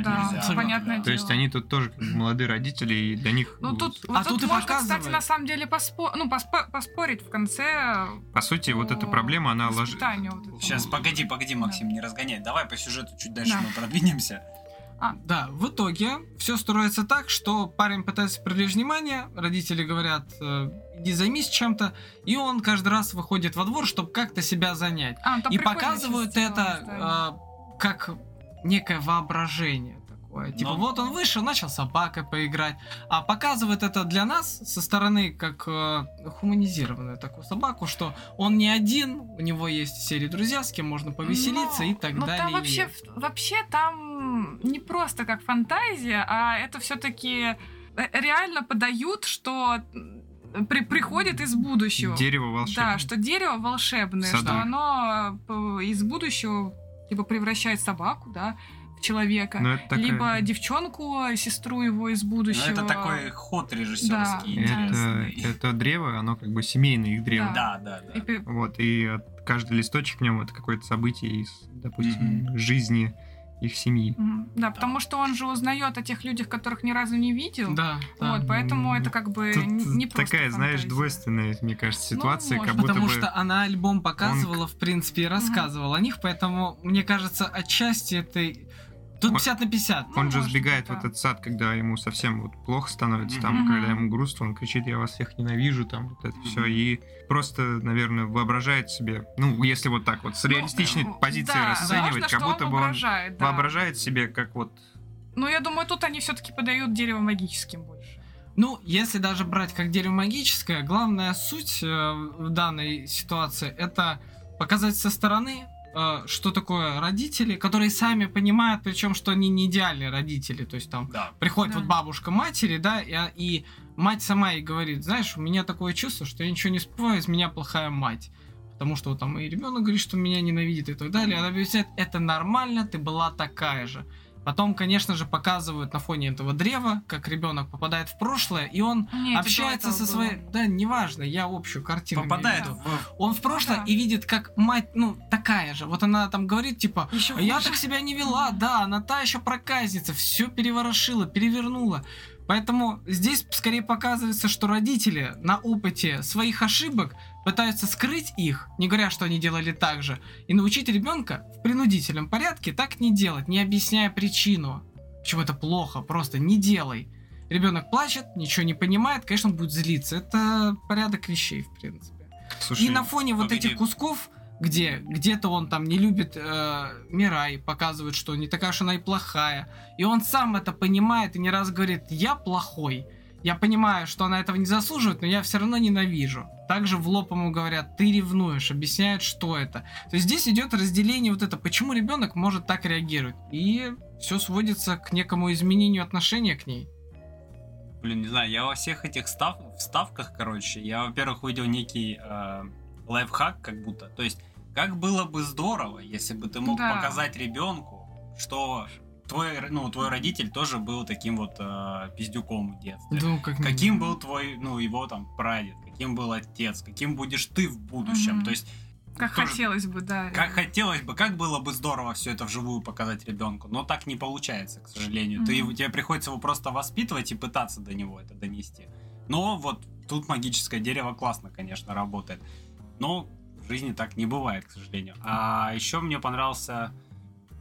Да, да,
нельзя.
понятное
Да.
То есть
дело.
они тут тоже как бы молодые родители, и для них,
Ну
ну,
тут,
с-
вот
А
тут
тут и
можно, кстати,
показывает.
на самом деле поспо... ну, поспо- поспорить в конце. а,
по сути, вот эта
по
проблема, она ложит...
воспитанию вот этому.
Сейчас, погоди, погоди, Максим, не разгоняй. Давай по сюжету чуть дальше
Да.
мы продвинемся.
Да, в итоге все строится так, что парень пытается привлечь внимание, родители говорят, э, иди займись чем-то, и он каждый раз выходит во двор, чтобы как-то себя занять.
А, ну, там
и
прикольно
показывают
сейчас сделано, да.
это э, как некое воображение такое. Типа,
Но-
вот он вышел, начал собакой поиграть. А показывают это для нас со стороны как э, хуманизированную такую собаку, что он не один, у него есть серия друзья, с кем можно повеселиться
Но-
и так
но
далее.
Ну, Там вообще, вообще там не просто как фантазия, а это все-таки реально подают, что при, приходит из будущего.
Дерево волшебное.
Да, что дерево волшебное,
Садок.
что оно э, из будущего либо превращает собаку, да, в
Ну,
человека,
Но это такая-
либо девчонку, э, сестру его из
Но
будущего.
Ну, это такой ход
Да.
режиссерский
это,
интересный.
это древо, оно как бы семейное их древо.
Да, да, да.
И пе-
Вот, и от- каждый листочек в нем это какое-то событие из, допустим, жизни их семьи.
Мгм. Да, потому что он же узнает о тех людях, которых ни разу не видел.
Да, да.
Вот, поэтому это как бы
Тут
н- не просто
такая, знаешь,
фантазия.
двойственная, мне кажется,
Ну,
ситуация,
может.
как будто
Потому
бы...
что она альбом показывала, в принципе, и рассказывала о них, поэтому, мне кажется, отчасти это... и- Тут
Он-
50 на 50.
Он
Ну,
же
может
сбегает
быть,
в
да.
этот сад, когда ему совсем вот плохо становится, там,
Мгм.
когда ему грустно, он кричит, я вас всех ненавижу, там, вот это все,
Мгм.
и просто, наверное, воображает себе, ну, если вот так вот, с реалистичной
Ну,
позиции
да,
расценивать,
возможно,
как
что
будто бы он
воображает, да.
воображает себе, как вот...
Но я думаю, тут они все-таки подают дерево магическим больше.
Ну, если даже брать как дерево магическое, главная суть э, в данной ситуации это показать со стороны, э, что такое родители, которые сами понимают, причем что они не идеальные родители, то есть там
Да.
приходит
Да.
вот бабушка матери, да, и, а, и мать сама ей говорит, знаешь, у меня такое чувство, что я ничего не успеваю, из меня плохая мать. Потому что вот там и ребенок говорит, что меня ненавидит и так далее. Она объясняет, это нормально, ты была такая же. Потом, конечно же, показывают на фоне этого древа, как ребенок попадает в прошлое, и он
Не, это
общается
до
со
этого
своей...
было.
Да, неважно, я общую картину. имею в
Попадает
виду.
в
Он в прошлое
да.
и видит, как мать, ну, такая же. Вот она там говорит, типа,
Ещё
«А я
хуже.
так себя не вела, да, она та еще проказница, все переворошила, перевернула. Поэтому здесь скорее показывается, что родители на опыте своих ошибок пытаются скрыть их, не говоря, что они делали так же, и научить ребенка в принудительном порядке так не делать, не объясняя причину, почему это плохо, просто не делай. Ребенок плачет, ничего не понимает, конечно, он будет злиться. Это порядок вещей, в принципе.
Слушай,
И на фоне вот
погоди.
этих кусков, где где-то он там не любит э, Мирай, показывает, что не такая уж она и плохая. И он сам это понимает и не раз говорит, я плохой. Я понимаю, что она этого не заслуживает, но я все равно ненавижу. Также в лоб ему говорят, ты ревнуешь, объясняют, что это. То есть здесь идет разделение вот это, почему ребенок может так реагировать. И все сводится к некому изменению отношения к ней.
Блин, не знаю, я во всех этих став... вставках, короче, я, во-первых, увидел некий э, лайфхак, как будто. То есть, как было бы здорово, если бы ты мог
Да.
показать ребенку, что твой, р- ну, твой родитель тоже был таким вот э, пиздюком в детстве.
Ну, как ни-
Каким был твой, ну, его там прадед, каким был отец, каким будешь ты в будущем.
Мгм.
То есть,
Как
тоже-
хотелось бы, да.
как хотелось бы, как было бы здорово все это вживую показать ребенку, но так не получается, к сожалению. Ты,
Мгм.
тебе приходится его просто воспитывать и пытаться до него это донести. Но вот тут магическое дерево классно, конечно, работает. Но в жизни так не бывает, к сожалению. А еще мне понравился...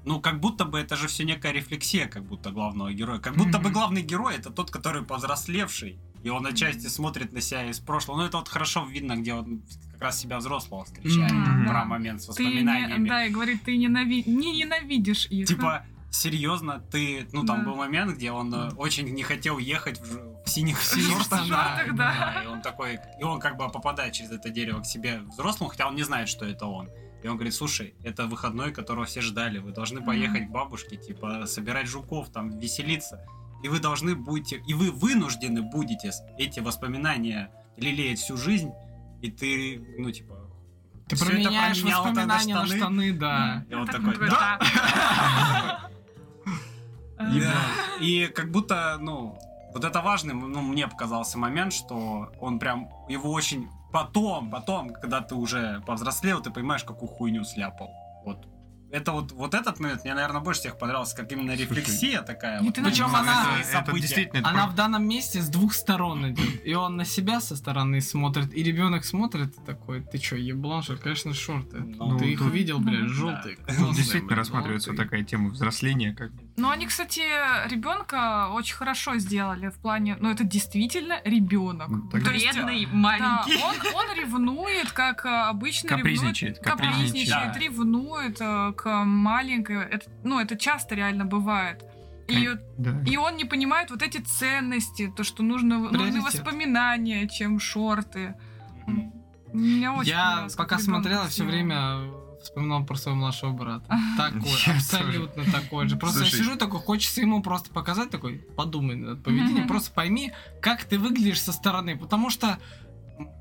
Ну, как будто бы это же все некая рефлексия, как будто главного героя. Как будто бы
Мгм.
главный герой это тот, который повзрослевший. И он отчасти смотрит на себя из прошлого. Ну, это вот хорошо видно, где он как раз себя взрослого встречает.
Мгм.
Про
Да.
момент с
Ты не,
воспоминаниями.
да, и говорит, ты ненави- не ненавидишь их. *laughs*
Типа, серьезно, ты... Ну, там
Да.
был момент, где он э, очень не хотел ехать в, ж- в синих в синих
шортах,
штанах.
да.
и он такой, и он как бы попадает через это дерево к себе взрослому, хотя он не знает, что это он. И он говорит, слушай, это выходной, которого все ждали, вы должны поехать к бабушке, типа, собирать жуков, там, веселиться. И вы должны будете, и вы вынуждены будете с- эти воспоминания лелеять всю жизнь, и ты, ну, типа,
Ты
всё это
променяешь
променял тогда
воспоминания на штаны, да.
И он
Так
такой,
говорит,
да,
да.
Да. И как будто, ну, вот это важный, ну, мне показался момент, что он прям, его очень потом, потом, когда ты уже повзрослел, ты понимаешь, какую хуйню сляпал. Вот. Это вот, вот этот момент мне, наверное, больше всех понравился, как именно
Слушай,
рефлексия такая.
ну
вот,
ты
на
Причём
эти
она-
свои
это, это
события.
действительно... это
Она
про-
в данном месте с двух сторон идет. И он на себя со стороны смотрит, и ребенок смотрит и такой, ты чё, еблан, что, конечно, шорты.
Ну,
ты их
тут-
видел,
Ну,
блядь,
*laughs* да.
желтые.
Тут
Тут действительно рассматривается вот такая тема взросления, как бы.
Но они, кстати, ребенка очень хорошо сделали в плане, ну это действительно ребенок.
Ну, так-
То есть, э,
Вредный,
Да,
маленький.
он, он ревнует, как э, обычно
Капризничает,
ревнует, капризничает,
капризничает. Да.
ревнует э, к маленькой. Это, ну, это часто реально бывает. И,
Да.
и он не понимает вот эти ценности, то, что нужно, нужны
Приоритет.
воспоминания, чем шорты.
Мгм.
Меня очень
Я
понравилось, как
пока
ребёнок
смотрел, все
сделал.
время вспоминал про своего младшего
*laughs*
брата.
Я
Такой, абсолютно такой же. Просто я
Слушай.
сижу такой, хочется ему просто показать такой, подумай над поведением,
Мгм.
просто пойми, как ты выглядишь со стороны, потому что,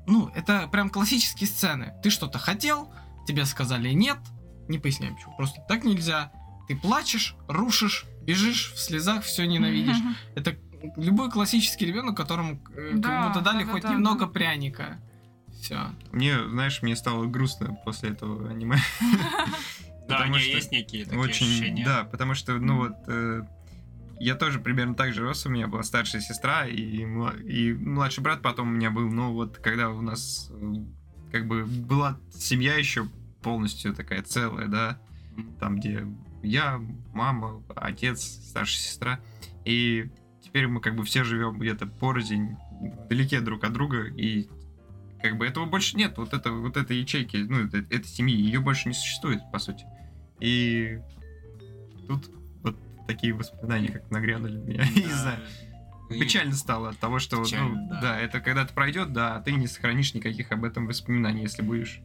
ну, это прям классические сцены. Ты что-то хотел, тебе сказали нет, не поясняй почему, просто так нельзя. Ты плачешь, рушишь, бежишь, в слезах все
*laughs*
ненавидишь. Это любой классический ребенок, которому э,
Да,
как будто дали
да, да,
хоть
да,
немного
да.
пряника. Все.
Мне, знаешь, мне стало грустно после этого аниме.
Да,
Потому
не,
что
есть некие такие
Очень,
ощущения.
да, потому что, ну вот, э, я тоже примерно так же рос, у меня была старшая сестра и, мла- и младший брат потом у меня был, но вот когда у нас э, как бы была семья еще полностью такая целая, да, *laughs* там, где я, мама, отец, старшая сестра, и теперь мы как бы все живем где-то порознь, вдалеке друг от друга, и как бы этого больше нет, вот, это, вот этой ячейки, ну, это- этой семьи, ее больше не существует, по сути. И тут вот такие воспоминания как нагрянули меня, *laughs* не
Да.
знаю.
И-
Печально стало от того, что,
Печально,
ну,
да.
да. это когда-то пройдет, да, а ты не сохранишь никаких об этом воспоминаний, если будешь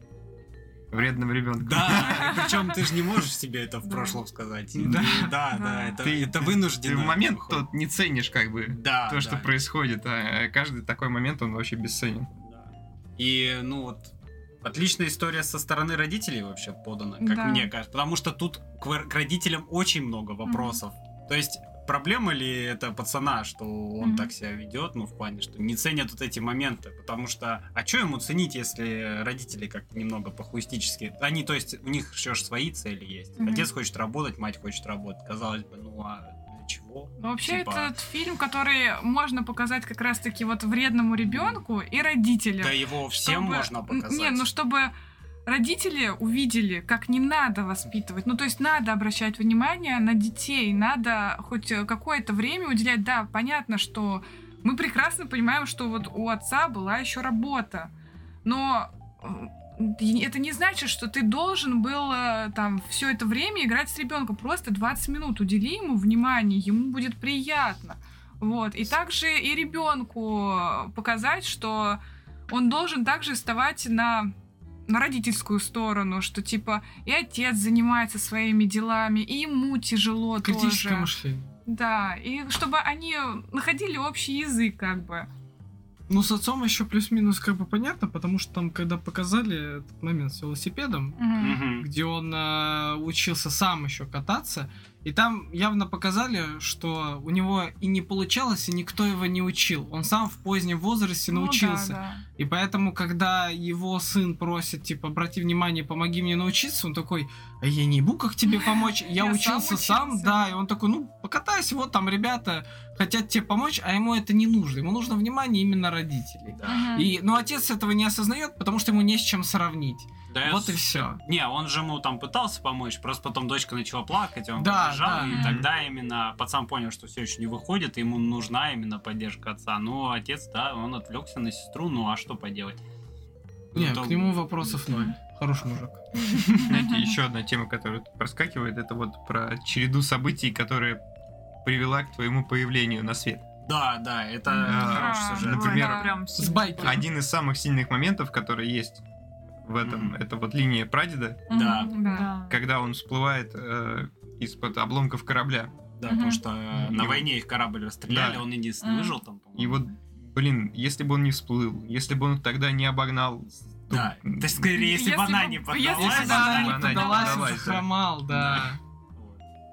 вредным ребенком.
Да, причем ты же не можешь себе это в
Да.
прошлом сказать. И-
Да.
и- Да, да,
Да.
это
Ты-
это
ты- Ты
вынужденно.
в момент
выходит.
тот не ценишь, как бы,
Да,
то, что
да.
происходит. А каждый такой момент, он вообще бесценен.
Да. И, ну вот, отличная история со стороны родителей вообще подана, как
Да.
мне кажется. Потому что тут к, вор- к родителям очень много вопросов. То есть, проблема ли это пацана, что он
Мгм.
так себя ведет, ну, в плане, что не ценят вот эти моменты. Потому что, а что ему ценить, если родители как немного похуистически... Они, то есть, у них еще ж свои цели есть.
Мгм.
Отец хочет работать, мать хочет работать. Казалось бы, ну а для чего?
Но Ну, Вообще,
Типа,
этот фильм, который можно показать как раз-таки вот вредному ребенку и родителям.
Да его всем
чтобы-
можно
н-
показать.
Не, ну чтобы родители увидели, как не надо воспитывать. Ну, то есть надо обращать внимание на детей, надо хоть э, какое-то время уделять. Да, понятно, что мы прекрасно понимаем, что вот у отца была еще работа. Но э, м, и это не значит, что ты должен был э, там все это время играть с ребенком. Просто 20 минут удели ему внимание, ему будет приятно. Вот. И также и ребенку показать, что он должен также вставать на, на родительскую сторону, что типа и отец занимается своими делами, и ему тяжело
Критическое
тоже.
мышление.
Да, и чтобы они находили общий язык, как бы.
Ну, с отцом еще плюс-минус как бы понятно, потому что там, когда показали этот момент с велосипедом,
Мгм.
где он э, учился сам еще кататься, и там явно показали, что у него и не получалось, и никто его не учил. Он сам в позднем возрасте
Ну да,
научился.
да.
И поэтому, когда его сын просит, типа, обрати внимание, помоги мне научиться, он такой, а я не ебу, как
*laughs*
тебе помочь, я,
Я сам
учился сам,
учился.
да, и он такой, ну, покатайся, вот там ребята хотят тебе помочь, а ему это не нужно, ему нужно внимание именно родителей.
Да.
Мгм.
И, но отец этого не осознает, потому что ему не с чем сравнить.
Да,
вот
я
и все.
Не, он же ему там пытался помочь, просто потом дочка начала плакать, и он
Да,
побежал,
да.
и
Мгм.
тогда именно пацан понял, что все еще не выходит, и ему нужна именно поддержка отца. Ну, отец, да, он отвлекся на сестру, ну а что поделать?
Не,
Ну,
к
то-
нему вопросов ноль. Хороший мужик.
*laughs* Знаете, еще одна тема, которая тут проскакивает, это вот про череду событий, которая привела к твоему появлению на свет.
Да, да, это
Да.
хороший сюжет.
Например,
да, прям
С байки.
Один из самых сильных моментов, которые есть в этом, это вот линия прадеда,
Да.
Мгм, да.
когда он всплывает э, из-под обломков корабля.
Да,
Мгм.
потому что э, на
И-
войне их корабль расстреляли,
Да.
он единственный
Мгм.
выжил там, по-моему.
И вот, блин, если бы он не всплыл, если бы он тогда не обогнал...
Да, то есть, скорее, если,
Если
бы она
бы-
не
если
поддалась,
бы
Если бы
да,
она
да, она
не
не
поддалась, он
поддалась, да.
захромал, да.
Вот.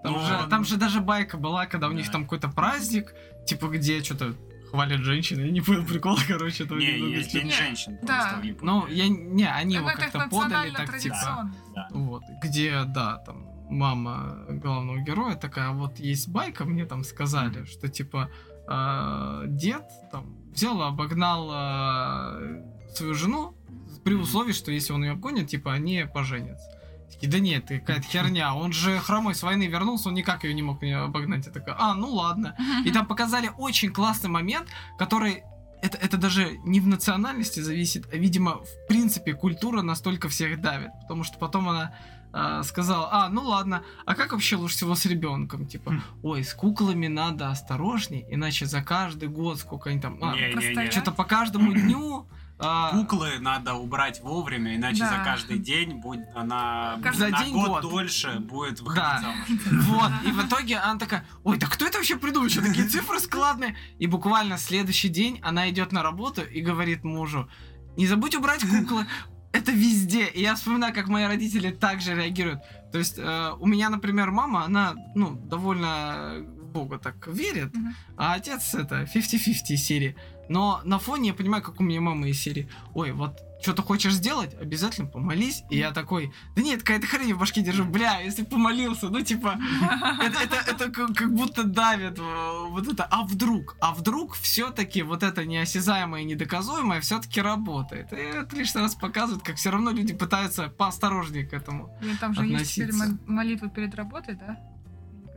Там,
Ну,
же,
он-
там же даже байка была, когда у них
Да.
там какой-то праздник, типа где что-то хвалят женщины, я не понял прикола, *laughs* короче, этого
Не,
немного
есть
типа.
день
Не,
женщин
да.
просто в Японии.
Ну, я не, они его
Ну, это
как-то подали,
национально
так типа.
традиционно.
Да.
Вот, где, да, там мама главного героя такая, «А вот есть байка, мне там сказали, что типа э, дед там взял и обогнал э, свою жену при
Мгм.
условии, что если он ее обгонит, типа они поженятся. Такие, да нет, это какая-то херня, он же хромой с войны вернулся, он никак ее не мог не обогнать. Я такая, а, ну ладно. И там показали очень классный момент, который... Это, это даже не в национальности зависит, а, видимо, в принципе, культура настолько всех давит. Потому что потом она а, сказала, а, ну ладно, а как вообще лучше всего с ребенком? Типа,
Хм.
ой, с куклами надо осторожней, иначе за каждый год сколько они там...
Не, не, не.
постоянно.
что-то по каждому дню... а,
Куклы надо убрать вовремя, иначе
Да.
за каждый день будет она
Каждый
на
день
год,
год.
дольше будет выходить
Да.
замуж.
*laughs* Вот, и в итоге она такая, ой, да кто это вообще придумал, что такие цифры складные? И буквально следующий день она идет на работу и говорит мужу, не забудь убрать куклы, это везде. И я вспоминаю, как мои родители также реагируют. То есть э, у меня, например, мама, она, ну, довольно в Бога так верит,
Мгм.
а отец это 50-50 из серии. Но на фоне я понимаю, как у меня мама из серии. Ой, вот что ты хочешь сделать, обязательно помолись. И я такой, да нет, какая-то хрень в башке держу, бля, если б помолился, ну типа, это, это, это как как будто давит э, вот это. А вдруг? А вдруг все-таки вот это неосязаемое и недоказуемое все-таки работает? И это лишний раз показывает, как все равно люди пытаются поосторожнее
*laughs*
к этому.
Или там же есть теперь
относиться.
мол- молитва перед работой, да?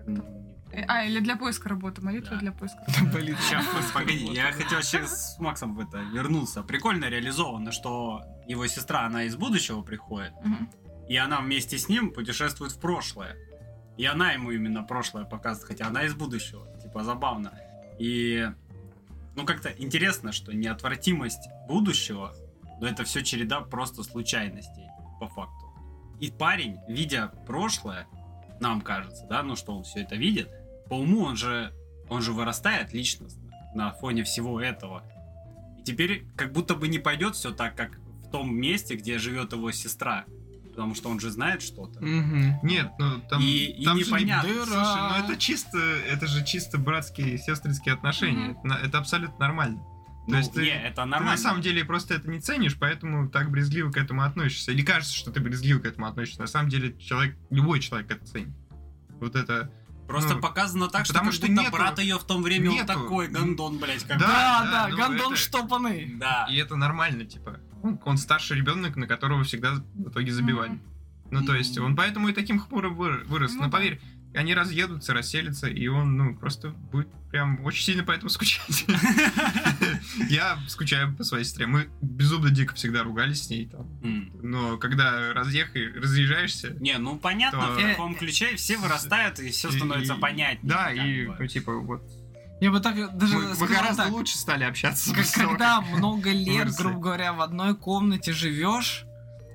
Или как там? Э, А, или для поиска работы. Молитва
Да.
для поиска.
Болит.
Сейчас, погоди, я хотел сейчас с Максом в это вернуться. Прикольно реализовано, что его сестра, она из будущего приходит,
Мгм.
и она вместе с ним путешествует в прошлое. И она ему именно прошлое показывает, хотя она из будущего. Типа забавно. И ну как-то интересно, что неотвратимость будущего, но это все череда просто случайностей по факту. И парень, видя прошлое, нам кажется, да, ну что он все это видит, по уму он же, он же вырастает личностно на фоне всего этого. И теперь как будто бы не пойдет все так, как в том месте, где живет его сестра, потому что он же знает что-то.
Мгм.
Нет, ну там,
И- и
там же не-
непонятно.
Слушай, ну это чисто, это же чисто братские, сестринские отношения.
Мгм.
Это, на- это абсолютно нормально.
Ну,
То есть ты-
не, это
Ты
нормально.
на самом деле просто это не ценишь, поэтому так брезгливо к этому относишься. Или кажется, что ты брезгливо к этому относишься. На самом деле человек, любой человек это ценит. Вот это.
Просто
ну,
показано так, что
потому
как
что
будто
нету-
брат ее в том время он
нету.
такой гондон, блять, как
Да,
Да,
да,
ну
гондон
это-
штопанный.
Да.
А, И это нормально, типа. Он, он старший ребенок, на которого всегда в итоге забивали.
Мгм.
Ну, то есть, он поэтому и таким хмурым выр- вырос.
Ну
Но
да.
поверь, они разъедутся, расселятся, и он, ну, просто будет прям очень сильно по этому скучать. *laughs* Я скучаю по своей сестре. Мы безумно дико всегда ругались с ней там.
М.
Но когда разъехаешь, разъезжаешься,
Не, ну понятно,
То-
в таком ключе все вырастают, и все становится
И-
понятнее.
Да,
как
и,
бы.
ну, типа, вот.
*laughs*
Я бы так даже
Мы, мы
сказал
гораздо
так.
лучше стали общаться.
*laughs*
*laughs*
Как-
после того,
когда много лет,
выросли.
грубо говоря, в одной комнате живешь,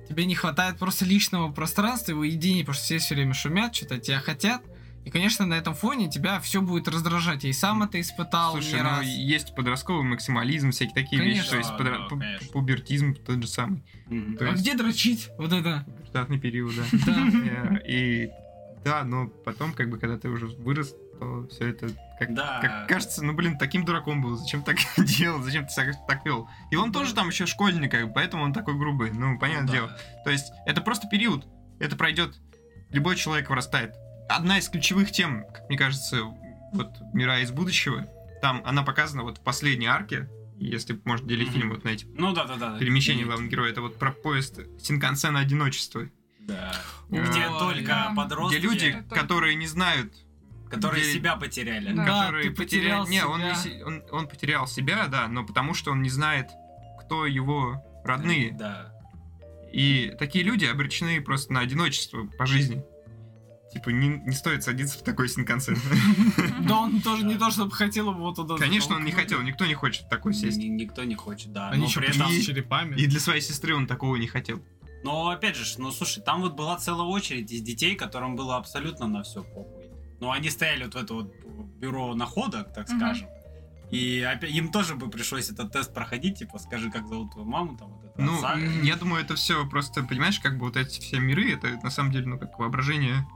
тебе не хватает просто личного пространства и уединения, потому что все все время шумят, что-то от тебя хотят. И, конечно, на этом фоне тебя все будет раздражать. Я и сам это испытал
Слушай,
не
ну,
раз.
есть подростковый максимализм, всякие такие вещи,
Конечно.
то есть
Да,
подра-
да,
пу-
ну, конечно.
пубертизм тот же самый,
Мгм.
то
А
есть-
где дрочить?
*laughs*
Вот это.
пубертатный период, да.
*laughs*
Да.
Э, И да, но потом, как бы, когда ты уже вырос, то все это как,
Да.
как кажется, ну блин, таким дураком был. Зачем так *laughs* делал? Зачем ты так, так вел? И он тоже там еще школьник, как бы, поэтому он такой грубый. Ну, понятное
Ну да.
дело. То есть, это просто период. Это пройдет. Любой человек вырастает. Одна из ключевых тем, как мне кажется, вот мира из будущего. Там она показана вот в последней арке. Если можно делить
Мгм.
фильм вот на эти
Ну да, да, да.
перемещения главного героя, это вот про поезд Синкансена одиночества.
Да.
Э,
Где
Ой.
только
Да.
подростки,
Где люди,
Это-
которые не знают,
которые
где-
себя потеряли.
Да.
которые
ты потерял
потеря- Не, он, не
себя.
си- он, он потерял себя, да, но потому что он не знает, кто его родные.
Да.
И такие люди обречены просто на одиночество по жизни. Типа, не, не стоит садиться в такой
*laughs*
синкансен.
Да он тоже не то, чтобы хотел его туда.
Конечно, он не хотел, никто не хочет в такой сесть.
Ни- никто не хочет, да.
Они
но
еще
при
пришли
этом-
с черепами.
И для своей сестры он такого не хотел.
Но опять же, ж, ну слушай, там вот была целая очередь из детей, которым было абсолютно на все похуй. Но они стояли вот в это вот бюро находок, так
Мгм.
скажем. И опя- им тоже бы пришлось этот тест проходить, типа, скажи, как зовут твою маму, там, вот это,
Ну,
отца.
я думаю, это все просто, понимаешь, как бы вот эти все миры, это на самом деле, ну, как воображение.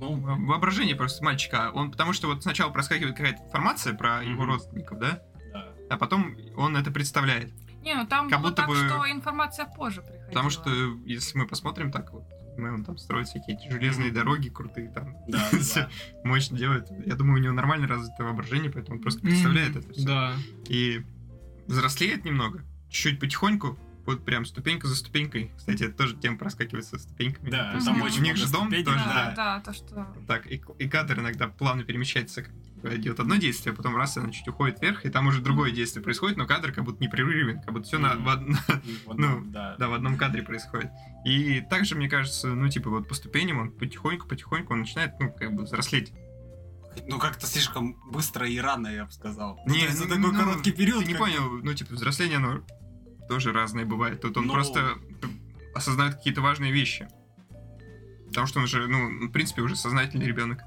Ну,
во- Воображение просто мальчика. Он, потому что вот сначала проскакивает какая-то информация про его
Мгм.
родственников, да?
да.
А потом он это представляет.
Не, ну там
Как
было
будто
так,
бы-
что информация позже приходила.
Потому что, э, если мы посмотрим так вот, мы он там строит всякие эти железные
Мгм.
дороги крутые, там
Да,
Всё.
да.
мощно делает. Я думаю, у него нормально развито воображение, поэтому он просто
Мгм.
представляет это все.
Да.
И взрослеет немного, чуть-чуть потихоньку, вот прям ступенька за ступенькой. Кстати, это тоже тема проскакивает со ступеньками.
Да,
То есть
там
у них-
очень
у них
много
же дом
ступенек,
тоже,
Да,
да.
да, то, что...
Так, и, и кадр иногда плавно перемещается, как бы идет одно действие, а потом раз, и оно чуть уходит вверх, и там уже другое действие происходит, но кадр как будто непрерывен, как будто все на,
Мгм.
в од- *laughs*
Вот,
Ну,
да.
да, в одном кадре происходит. И также, мне кажется, ну, типа, вот по ступеням он потихоньку-потихоньку он начинает, ну, как бы взрослеть.
Ну, как-то слишком быстро и рано, я бы сказал. Ну,
Не,
то есть за
ну,
такой
ну,
короткий период.
Ты не
как-
понял, ну, типа, взросление, оно тоже разное бывает. Тут он
Ну.
просто осознает какие-то важные вещи. Потому что он же, ну, в принципе, уже сознательный ребенок.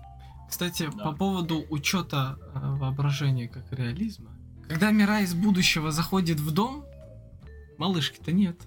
Кстати,
Да.
по поводу учета э, воображения как реализма. Когда Мира из будущего заходит в дом, малышки-то нет.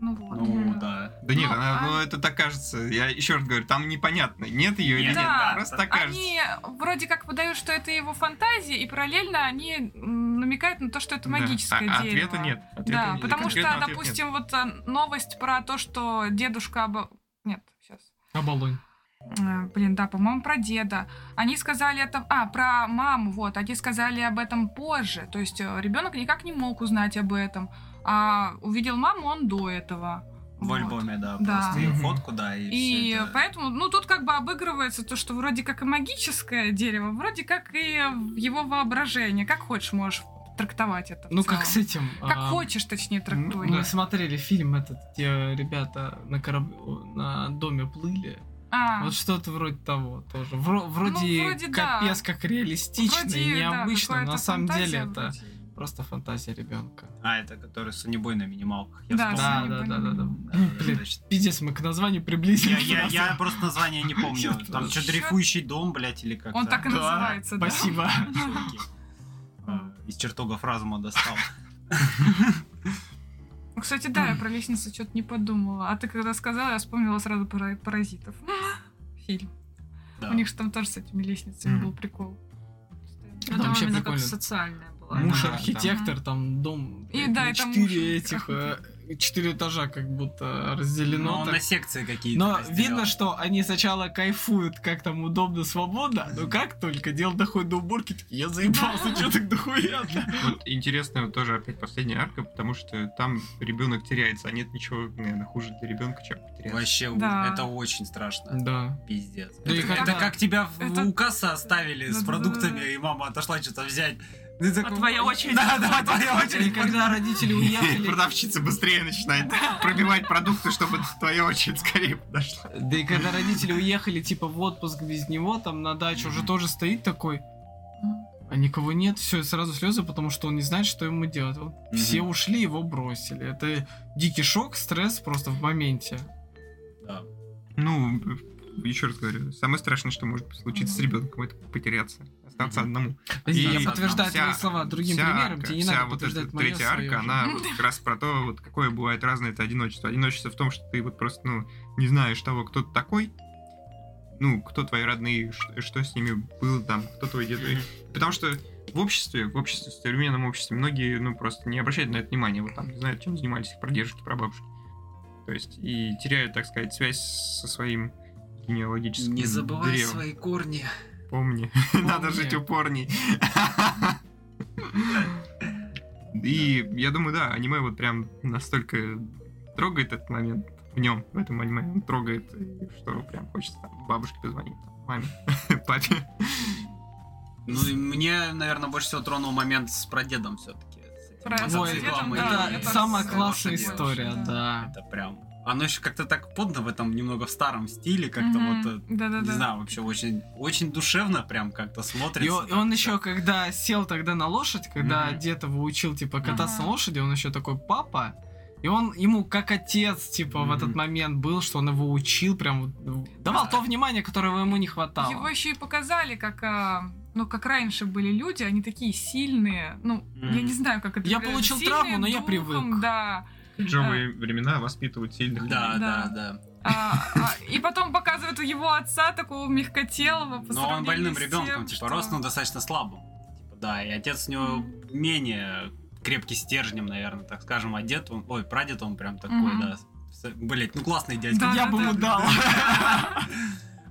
Ну вот.
Ну, да.
Да нет,
Ну,
она,
а-
ну, это так кажется. Я еще раз говорю, там непонятно, нет ее или
Нет,
нет.
да. А,
Просто так кажется.
Они вроде как выдают, что это его фантазии, и параллельно они м, намекают на то, что это
Да.
магическое
А- а
дерево.
Ответа нет. Ответа
Да,
нет.
потому что,
Конкретного ответа нет.
допустим, вот а, новость про то, что дедушка... обо- Нет, сейчас.
Оболонь.
Э, Блин, да, по-моему, про деда. Они сказали это... А, про маму, вот. Они сказали об этом позже. То есть э, ребенок никак не мог узнать об этом. А увидел маму он до этого.
В
Вот.
альбоме, да.
Да.
Просто и
Мгм.
фотку, да, и,
И
всё это.
поэтому, ну, тут как бы обыгрывается то, что вроде как и магическое дерево, вроде как и в его воображение. Как хочешь можешь трактовать это. в
Ну,
целом.
как с Ну, этим.
Как
а,
хочешь, точнее, трактуй.
Мы смотрели фильм этот, где ребята на корабле, на доме плыли.
А,
Вот что-то вроде того тоже. Вро- вроде,
Ну, вроде да.
капец как реалистично
вроде,
и
да,
необычно, но
какая-то
на самом
фантазия
деле это
вроде.
просто фантазия ребенка.
А, это который с унибой на минималках. я
Да, с
вспомнил.
Да, да,
Саней
да, да, да.
Да, да,
Блин,
точно.
пиздец, мы к названию приблизились.
Я, я, я просто название не помню. Там что,
Чё?
дрейфующий дом, блядь, или как
Он так и
Да.
называется, да.
Спасибо.
*laughs*
Чуваки. А, Из чертогов разума достал.
Ну, Кстати, да, я про лестницу что-то не подумала. А ты когда сказала, я вспомнила сразу про паразитов. *gasps* Фильм.
Да.
У них же там тоже с этими лесницами
Мгм.
был прикол.
Да,
Это
вообще
именно как
прикольно.
социальная была.
Муж
Да, да.
архитектор, там дом.
И
блядь,
да,
на
это муж
четыре этих, э, четыре этажа как будто разделено.
Но
Ну, так.
Ну, на секции какие-то.
Но
разделял.
видно, что они сначала кайфуют, как там удобно, свободно, но как только дело доходит до уборки, такие,
*laughs*
я заебался, что так дохуя.
Вот интересная вот тоже опять последняя арка, потому что там ребенок теряется, а нет ничего, наверное, хуже для ребенка, чем потеряться.
Вообще,
Да.
это очень страшно.
Да.
Пиздец.
Да и
это,
когда-
это как тебя в-
Это-
у кассы оставили
Да-да-да.
с
А
продуктами, и мама отошла что-то взять. Ты такой,
твоя очередь
Да,
*laughs*
да, твоя
И
очередь.
когда
*laughs*
родители
И
уехали,
продавщица быстрее начинает пробивать продукты, чтобы твоя очередь скорее подошла.
да и когда родители уехали, типа, в отпуск без него, там, на даче уже тоже стоит такой, а никого нет, все, сразу слезы, потому что он не знает, что ему делать. Он- Все ушли, его бросили. Это дикий шок, стресс просто в моменте.
Да.
Ну, еще раз говорю, самое страшное, что может случиться с ребенком, это потеряться, остаться
Мгм.
одному.
И я
И
подтверждаю
вся-
твои слова другим
вся
примером,
арка,
тебе не
вся
надо
вот
подтверждать
эта
мое,
третья
свое
арка,
уже.
она вот как раз про то, вот какое бывает разное это одиночество. Одиночество в том, что ты вот просто, ну, не знаешь того, кто ты такой, ну, кто твои родные, ш- что, с ними было там, кто твой дед. Потому что в обществе, в обществе, в современном обществе многие, ну, просто не обращают на это внимания, вот там не знают, чем занимались их прадедушки, прабабушки. То есть, и теряют, так сказать, связь со своим генеалогическим
Не забывай
древом.
свои корни.
Помни. *laughs* Надо жить упорней. *laughs* И я думаю, да, аниме вот прям настолько трогает этот момент в нем, в этом аниме. Он трогает, и что прям хочется там бабушке позвонить, там, маме, *laughs* папе.
Ну, и мне, наверное, больше всего тронул момент с прадедом все-таки.
Про-
Ой,
С отцветом,
это
да,
самая
это
классная
с-
история,
очень,
да.
Это прям Оно еще как-то так подно в этом немного в старом стиле, как-то
Мгм.
вот, э, не
Да-да-да.
знаю, вообще очень, очень душевно прям как-то смотрится.
И он, и
так
он
всё.
еще, когда сел тогда на лошадь, когда
Мгм.
дед его учил, типа, кататься
Ага.
на лошади, он еще такой папа. И он ему как отец, типа, в этот
Мгм.
момент был, что он его учил, прям вот, ну, давал то внимание, которого ему не хватало.
Его еще и показали, как, а, ну, как раньше были люди, они такие сильные. Ну, я
Мгм.
не знаю, как это
Я
говорят,
получил
сильные
травму, но я
духом,
привык.
Да.
Джовые времена воспитывают сильных
Да,
Да.
да, да.
А, а, и потом показывают его отца, такого мягкотелого. А по
Но он
сравнению
больным
с
ребенком,
тем,
типа,
что-
рос, ну, достаточно слабым. Типа, да, и отец у него менее крепкий стержнем, наверное, так скажем, одет он, ой, прадед он прям такой,
Мгм.
да. С- Блять, ну классный дядька.
Да,
Я
да,
бы
да.
ему дал.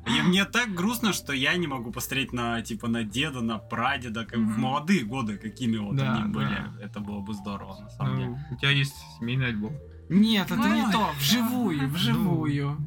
И мне так грустно, что я не могу посмотреть на, типа, на деда, на прадеда, как в
Мгм.
молодые годы, какими вот
Да,
они
да.
были. Это было бы здорово, на самом деле.
Ну, у тебя есть семейный альбом.
Нет, это
Ну,
не то. Вживую, вживую.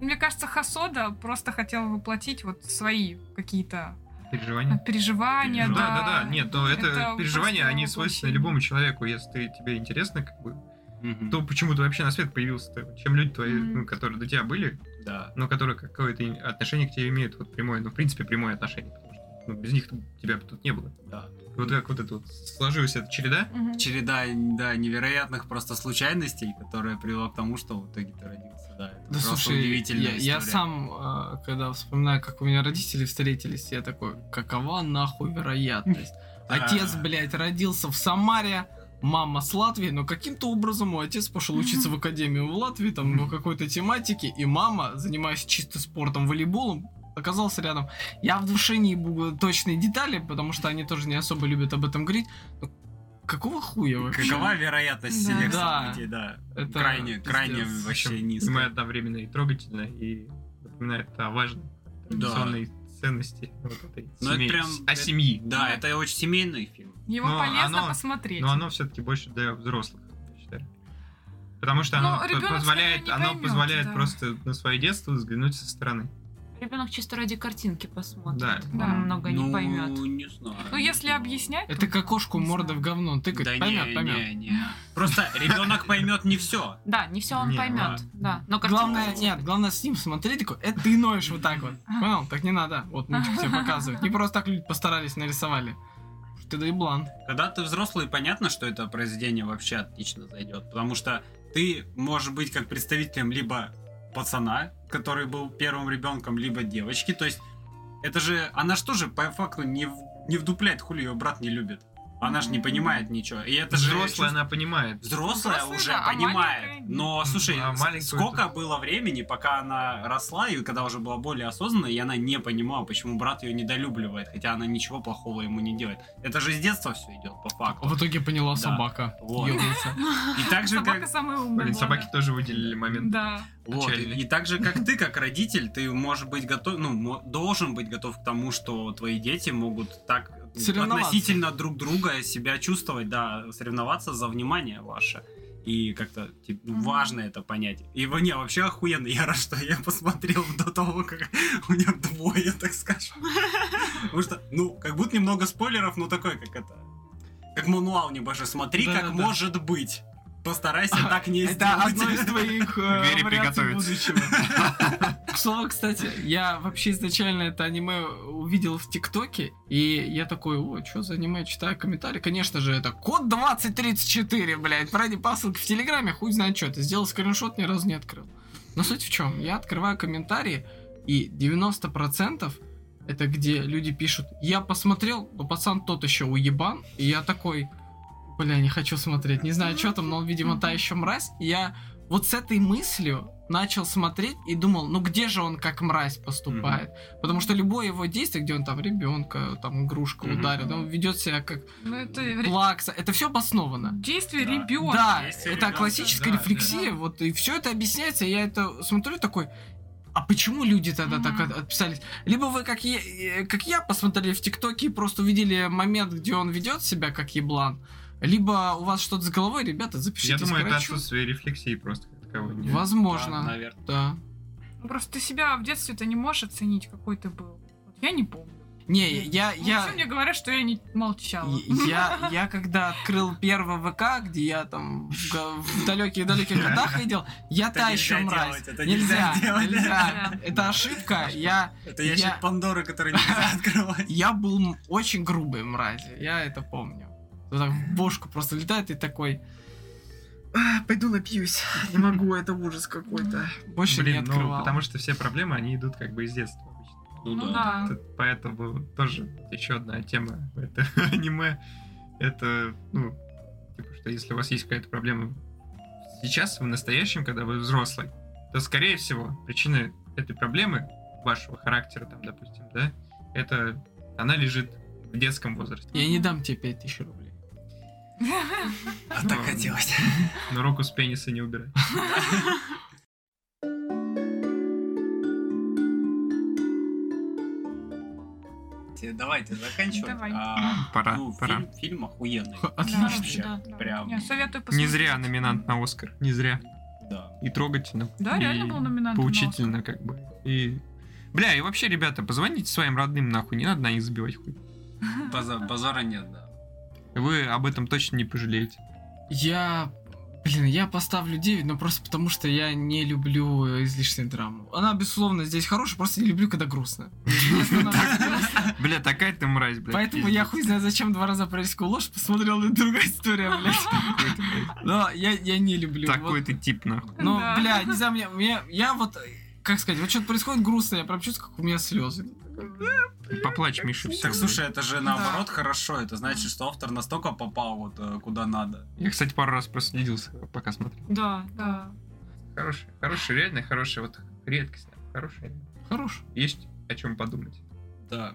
Мне кажется, Хасода просто хотел воплотить вот свои какие-то
Переживания.
переживания.
Да, да, да. Нет, но это,
Это
переживания,
просто
они свойственны
очень-
любому человеку. Если ты, тебе интересно, как бы,
Мгм.
то почему ты вообще на свет появился-то? Чем люди твои,
Мгм.
ну, которые до тебя были,
Да.
но которые какое-то и- отношение к тебе имеют, вот прямое, ну, в принципе, прямое отношение, потому что ну, без них т- тебя бы тут не было.
Да.
И Вот как вот эта вот сложилась эта череда,
Мгм.
Череда, да, невероятных просто случайностей, которая привела к тому, что в итоге ты родился. Да, это
Да
просто
слушай,
удивительная
я, я
история.
сам, э, когда вспоминаю, как у меня родители встретились, я такой, какова нахуй вероятность? Отец,
*laughs* Да.
блядь, родился в Самаре, мама с Латвии, но каким-то образом мой отец пошел
*laughs*
учиться в академию в Латвии, там, по какой-то тематике, и мама, занимаясь чисто спортом, волейболом, оказался рядом. Я в душе не буду точные детали, потому что они тоже не особо любят об этом говорить. Но какого хуя вообще?
Какова вероятность
Да.
этих
Да.
событий, да.
Это
крайне,
пиздец.
крайне вообще
Вообще
низко.
мы одновременно и трогательно, и напоминает о важной традиционной ценности вот этой
Ну, это
семей-
прям-
о семьи.
Да, это очень семейный фильм.
Его
но
полезно
оно-
посмотреть.
Но оно все-таки больше для взрослых, я считаю. Потому что
Ну,
оно п-
ребёнок,
позволяет,
скорее, не
оно
поймёт,
позволяет
да.
просто на свое детство взглянуть со стороны.
Ребенок чисто ради картинки посмотрит.
Да.
Он
Да.
много не поймет.
Ну, не знаю.
Ну, если объяснять,
Это как кошку
Не
морда
знаю.
в говно тыкать.
Да
поймет,
не,
поймет.
не, не. Просто ребенок поймет не все.
Да, не все он
Не,
поймет. Да. Но картинка
Главное,
зацепит.
нет, главное с ним смотреть такой, это ты ноешь вот так вот. Понял? Так не надо. Вот мультик тебе показывают. Не просто так люди постарались, нарисовали. Ты доеблан.
Когда ты взрослый, понятно, что это произведение вообще отлично зайдет, потому что ты можешь быть как представителем либо пацана, который был первым ребенком, либо девочки. То есть это же, она же тоже по факту не, в- не вдупляет, хули ее брат не любит. Она же не понимает ничего. И это же
Взрослая
чувство-
она понимает.
Взрослая
Взрослая,
уже
да, а
понимает.
маленькая
Но слушай,
А
с-
маленькую
сколько
это-
было времени, пока она росла, и когда уже была более осознанной, и она не понимала, почему брат ее недолюбливает, хотя она ничего плохого ему не делает. Это же с детства все идет, по факту.
А В итоге поняла
Да.
собака.
Вот.
Ёбнулся.
И так же,
собака
как...
самая умная.
Блин, собаки тоже выделили момент.
Да.
Вот, и,
Отчаянный.
и так же, как ты, как родитель, ты можешь быть готов, ну, мо- должен быть готов к тому, что твои дети могут так
Соревноваться.
относительно друг друга себя чувствовать, да, соревноваться за внимание ваше. И как-то типа, ну,
Мгм.
важно это понять. И во- не, вообще охуенно. Я рад, что я посмотрел до того, как у меня двое, так скажем. Потому что, ну, как будто немного спойлеров, но такой, как это. Как мануал небольшой. Смотри,
Да,
как
да.
может быть. Постарайся так не сделать.
*laughs* Это одно из твоих э,
Двери
вариаций
приготовиться.
будущего. К слову, кстати, я вообще изначально это аниме увидел в ТикТоке, и я такой, о, что за аниме, читаю комментарии. Конечно же, это код 2034, блядь, ради посылки в Телеграме, хуй знает что. Ты сделал скриншот, ни разу не открыл. Но суть в чем, я открываю комментарии, и 90% это где люди пишут, я посмотрел, но пацан тот еще уебан, и я такой, бля, не хочу смотреть, не знаю, что там, но он, видимо, та еще мразь, и я вот с этой мыслью начал смотреть и думал, ну где же он как мразь поступает? Потому что любое его действие, где он там ребенка, там игрушку
Мгм.
ударил, он ведет себя как
Ну, это ре-
плакса, это все обосновано.
действие
Да.
ребенка.
Да,
Действие
это
ребёнка,
классическая
да,
рефлексия, вот и все это объясняется. Я это смотрю такой. А почему люди тогда так
Мгм.
от- отписались? Либо вы, как я, э, как я, посмотрели в ТикТоке и просто увидели момент, где он ведет себя как еблан, либо у вас что-то с головой, ребята,
Я
запишитесь
думаю,
к
это
врачу.
отсутствие рефлексии просто как таковой. Нет.
Да,
Возможно,
наверное.
да.
Ну, Просто ты себя в детстве-то не можешь оценить, какой ты был. Вот я не помню.
Не, я, я,
Ну,
Вообще мне говорят, что я не молчала.
я, я когда открыл первый ВК, где я там в га-
*laughs*
в далеких-далеких годах видел, я
Это
та
нельзя
еще мразь.
делать, это нельзя
*laughs*
делать.
нельзя. Это ошибка. Я,
Это
Я-
ящик Пандоры,
*laughs*
который нельзя открывать.
я был м- очень грубой мразью, я это помню. Вот так в бошку просто летает и такой... «А, Пойду напьюсь. Не могу, это ужас какой-то. Больше не
Блин, ну,
открывал.
потому что все проблемы, они идут как бы из детства обычно.
Ну да.
Тут Поэтому тоже еще одна тема это *laughs* аниме. Это, ну, типа, что если у вас есть какая-то проблема сейчас, в настоящем, когда вы взрослый, то, скорее всего, причина этой проблемы вашего характера, там, допустим, да, это она лежит в детском возрасте.
Я не дам тебе 5000 рублей.
А так хотелось.
Но руку с пениса не убирай.
Давайте заканчивать.
Давай.
А,
Пора,
ну,
пора.
фильм- Фильм охуенный.
Отлично.
Да,
да.
прям.
Не, советую
Не
посмотреть.
зря номинант на Оскар. Не зря.
Да.
И трогательно.
Да, реально
и
был номинант на
Поучительно, как бы. И. Бля, и вообще, ребята, позвоните своим родным нахуй, не надо на них забивать хуй.
База- Базара нет, да.
Вы об этом точно не пожалеете.
Я... Блин, я поставлю 9, но просто потому, что я не люблю э, излишнюю драму. Она, безусловно, здесь хорошая, просто не люблю, когда грустно. Мне становится грустно.
Бля, такая ты мразь, блядь.
Поэтому
пиздец.
я хуй знаю, зачем два раза «Парижскую ложь» посмотрел, и другая история, блядь.
Такой ты, *laughs* блядь.
Но я, я не люблю.
Такой
Вот.
ты тип, нахуй.
Но,
Да.
Ну, бля, не знаю, мне, мне- я вот, э, как сказать, вот что-то происходит грустно, я прям чувствую, как у меня слезы.
Поплачь, Миша, все.
Так слушай, это же наоборот хорошо. Это значит, что автор настолько попал вот э, куда надо.
Я, кстати, пару раз проследился, пока смотрел.
Да, да.
Хороший, хороший, реально хороший, вот редкость. Хороший.
Хорош.
Есть о чем подумать.
Да.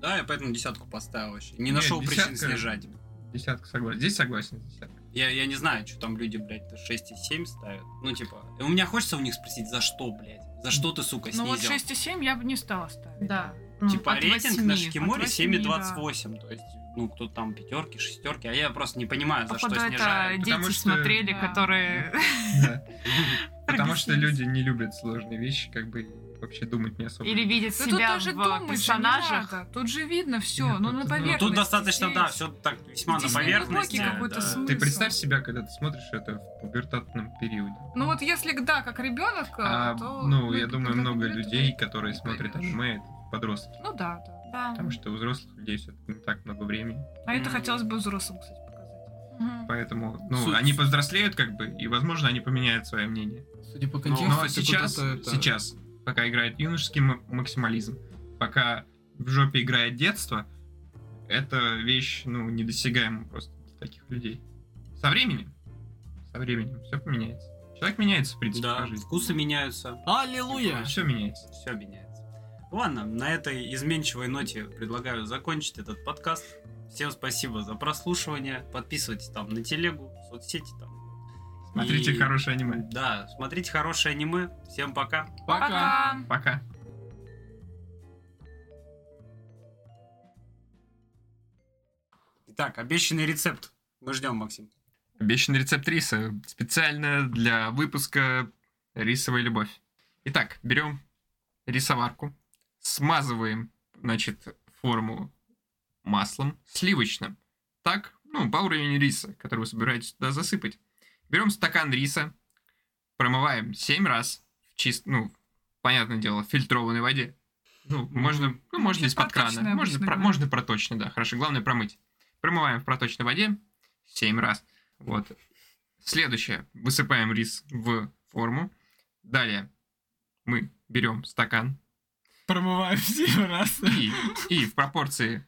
Да, я поэтому десятку поставил вообще. Не
Нет,
нашел причин
десятка-
снижать.
Десятка согласен. Здесь согласен с десяткой.
Я, я не знаю, что там люди, блядь, 6 и 7 ставят. Ну, типа, у меня хочется у них спросить, за что, блядь? За что ты, сука,
Ну
снизил?
вот ну, 6,7 я бы не стала ставить.
Да.
Типа, рейтинг на Шкиморе
7,28.
7,28. То есть, ну, кто там пятерки, шестерки. А я просто не понимаю, за
Походу,
что
это
снижают.
потому
дети
что-
смотрели,
Да.
которые...
*laughs* Да. Потому что
Объяснись.
люди не любят сложные вещи, как бы и вообще думать не особо.
*laughs* Или видят
Да Ну, тут
себя
даже
в
думать же не
персонажах.
надо. Тут же видно все,
Нет,
ну
тут-
на
ну,
Ну,
поверхности.
тут достаточно, да,
здесь.
все так весьма на
Здесь
поверхности.
глубокий какой-то
да.
смысл.
Ты представь себя, когда ты смотришь это в пубертатном периоде.
Ну вот если, да, как ребенок,
А,
то...
ну, я
это
думаю,
когда
много
ребёнок,
людей,
то-
которые
не
смотрят
поймёшь.
аниме, это подростки.
Ну да, да.
Да.
Потому что у взрослых людей все-таки не так много времени.
А это
Мгм.
хотелось бы взрослым, кстати, показать.
Мгм.
Поэтому, ну,
Суть-
они повзрослеют, как бы, и, возможно, они поменяют свое мнение.
Судя по
Но,
контексту, ты
Ну, сейчас,
куда-то это-
сейчас, пока играет юношеский м- максимализм, пока в жопе играет детство, это вещь, ну, недосягаемая просто для таких людей. Со временем, со временем все поменяется. Человек меняется, в принципе,
Да,
по жизни.
вкусы меняются.
Аллилуйя!
Все А, меняется.
Все меняется. Ладно, на этой изменчивой ноте предлагаю закончить этот подкаст. Всем спасибо за прослушивание. Подписывайтесь там на телегу, соцсети там.
Смотрите
И-
хорошее аниме.
Да, смотрите хорошее аниме. Всем пока.
Пока!
Пока.
Итак, обещанный рецепт. Мы ждем, Максим.
Обещанный рецепт риса специально для выпуска «Рисовая любовь». Итак, берем рисоварку, смазываем, значит, форму маслом сливочным. Так, ну, по уровню риса, который вы собираетесь туда засыпать. Берем стакан риса, промываем 7 раз в чист, ну, понятное дело, в фильтрованной воде. Ну, можно, ну, можно
Ну,
из-под крана,
проточная
можно,
обычно
про-
говорят.
можно проточно, да, хорошо, главное промыть. Промываем в проточной воде 7 раз. Вот. Следующее. Высыпаем рис в форму. Далее мы берем стакан
Промываю все раз.
и, и в пропорции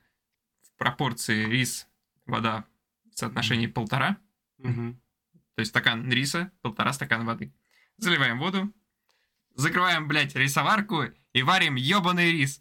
в пропорции рис вода в соотношении полтора, то есть стакан риса, полтора стакана воды. Заливаем воду, закрываем, блядь, рисоварку и варим ебаный рис.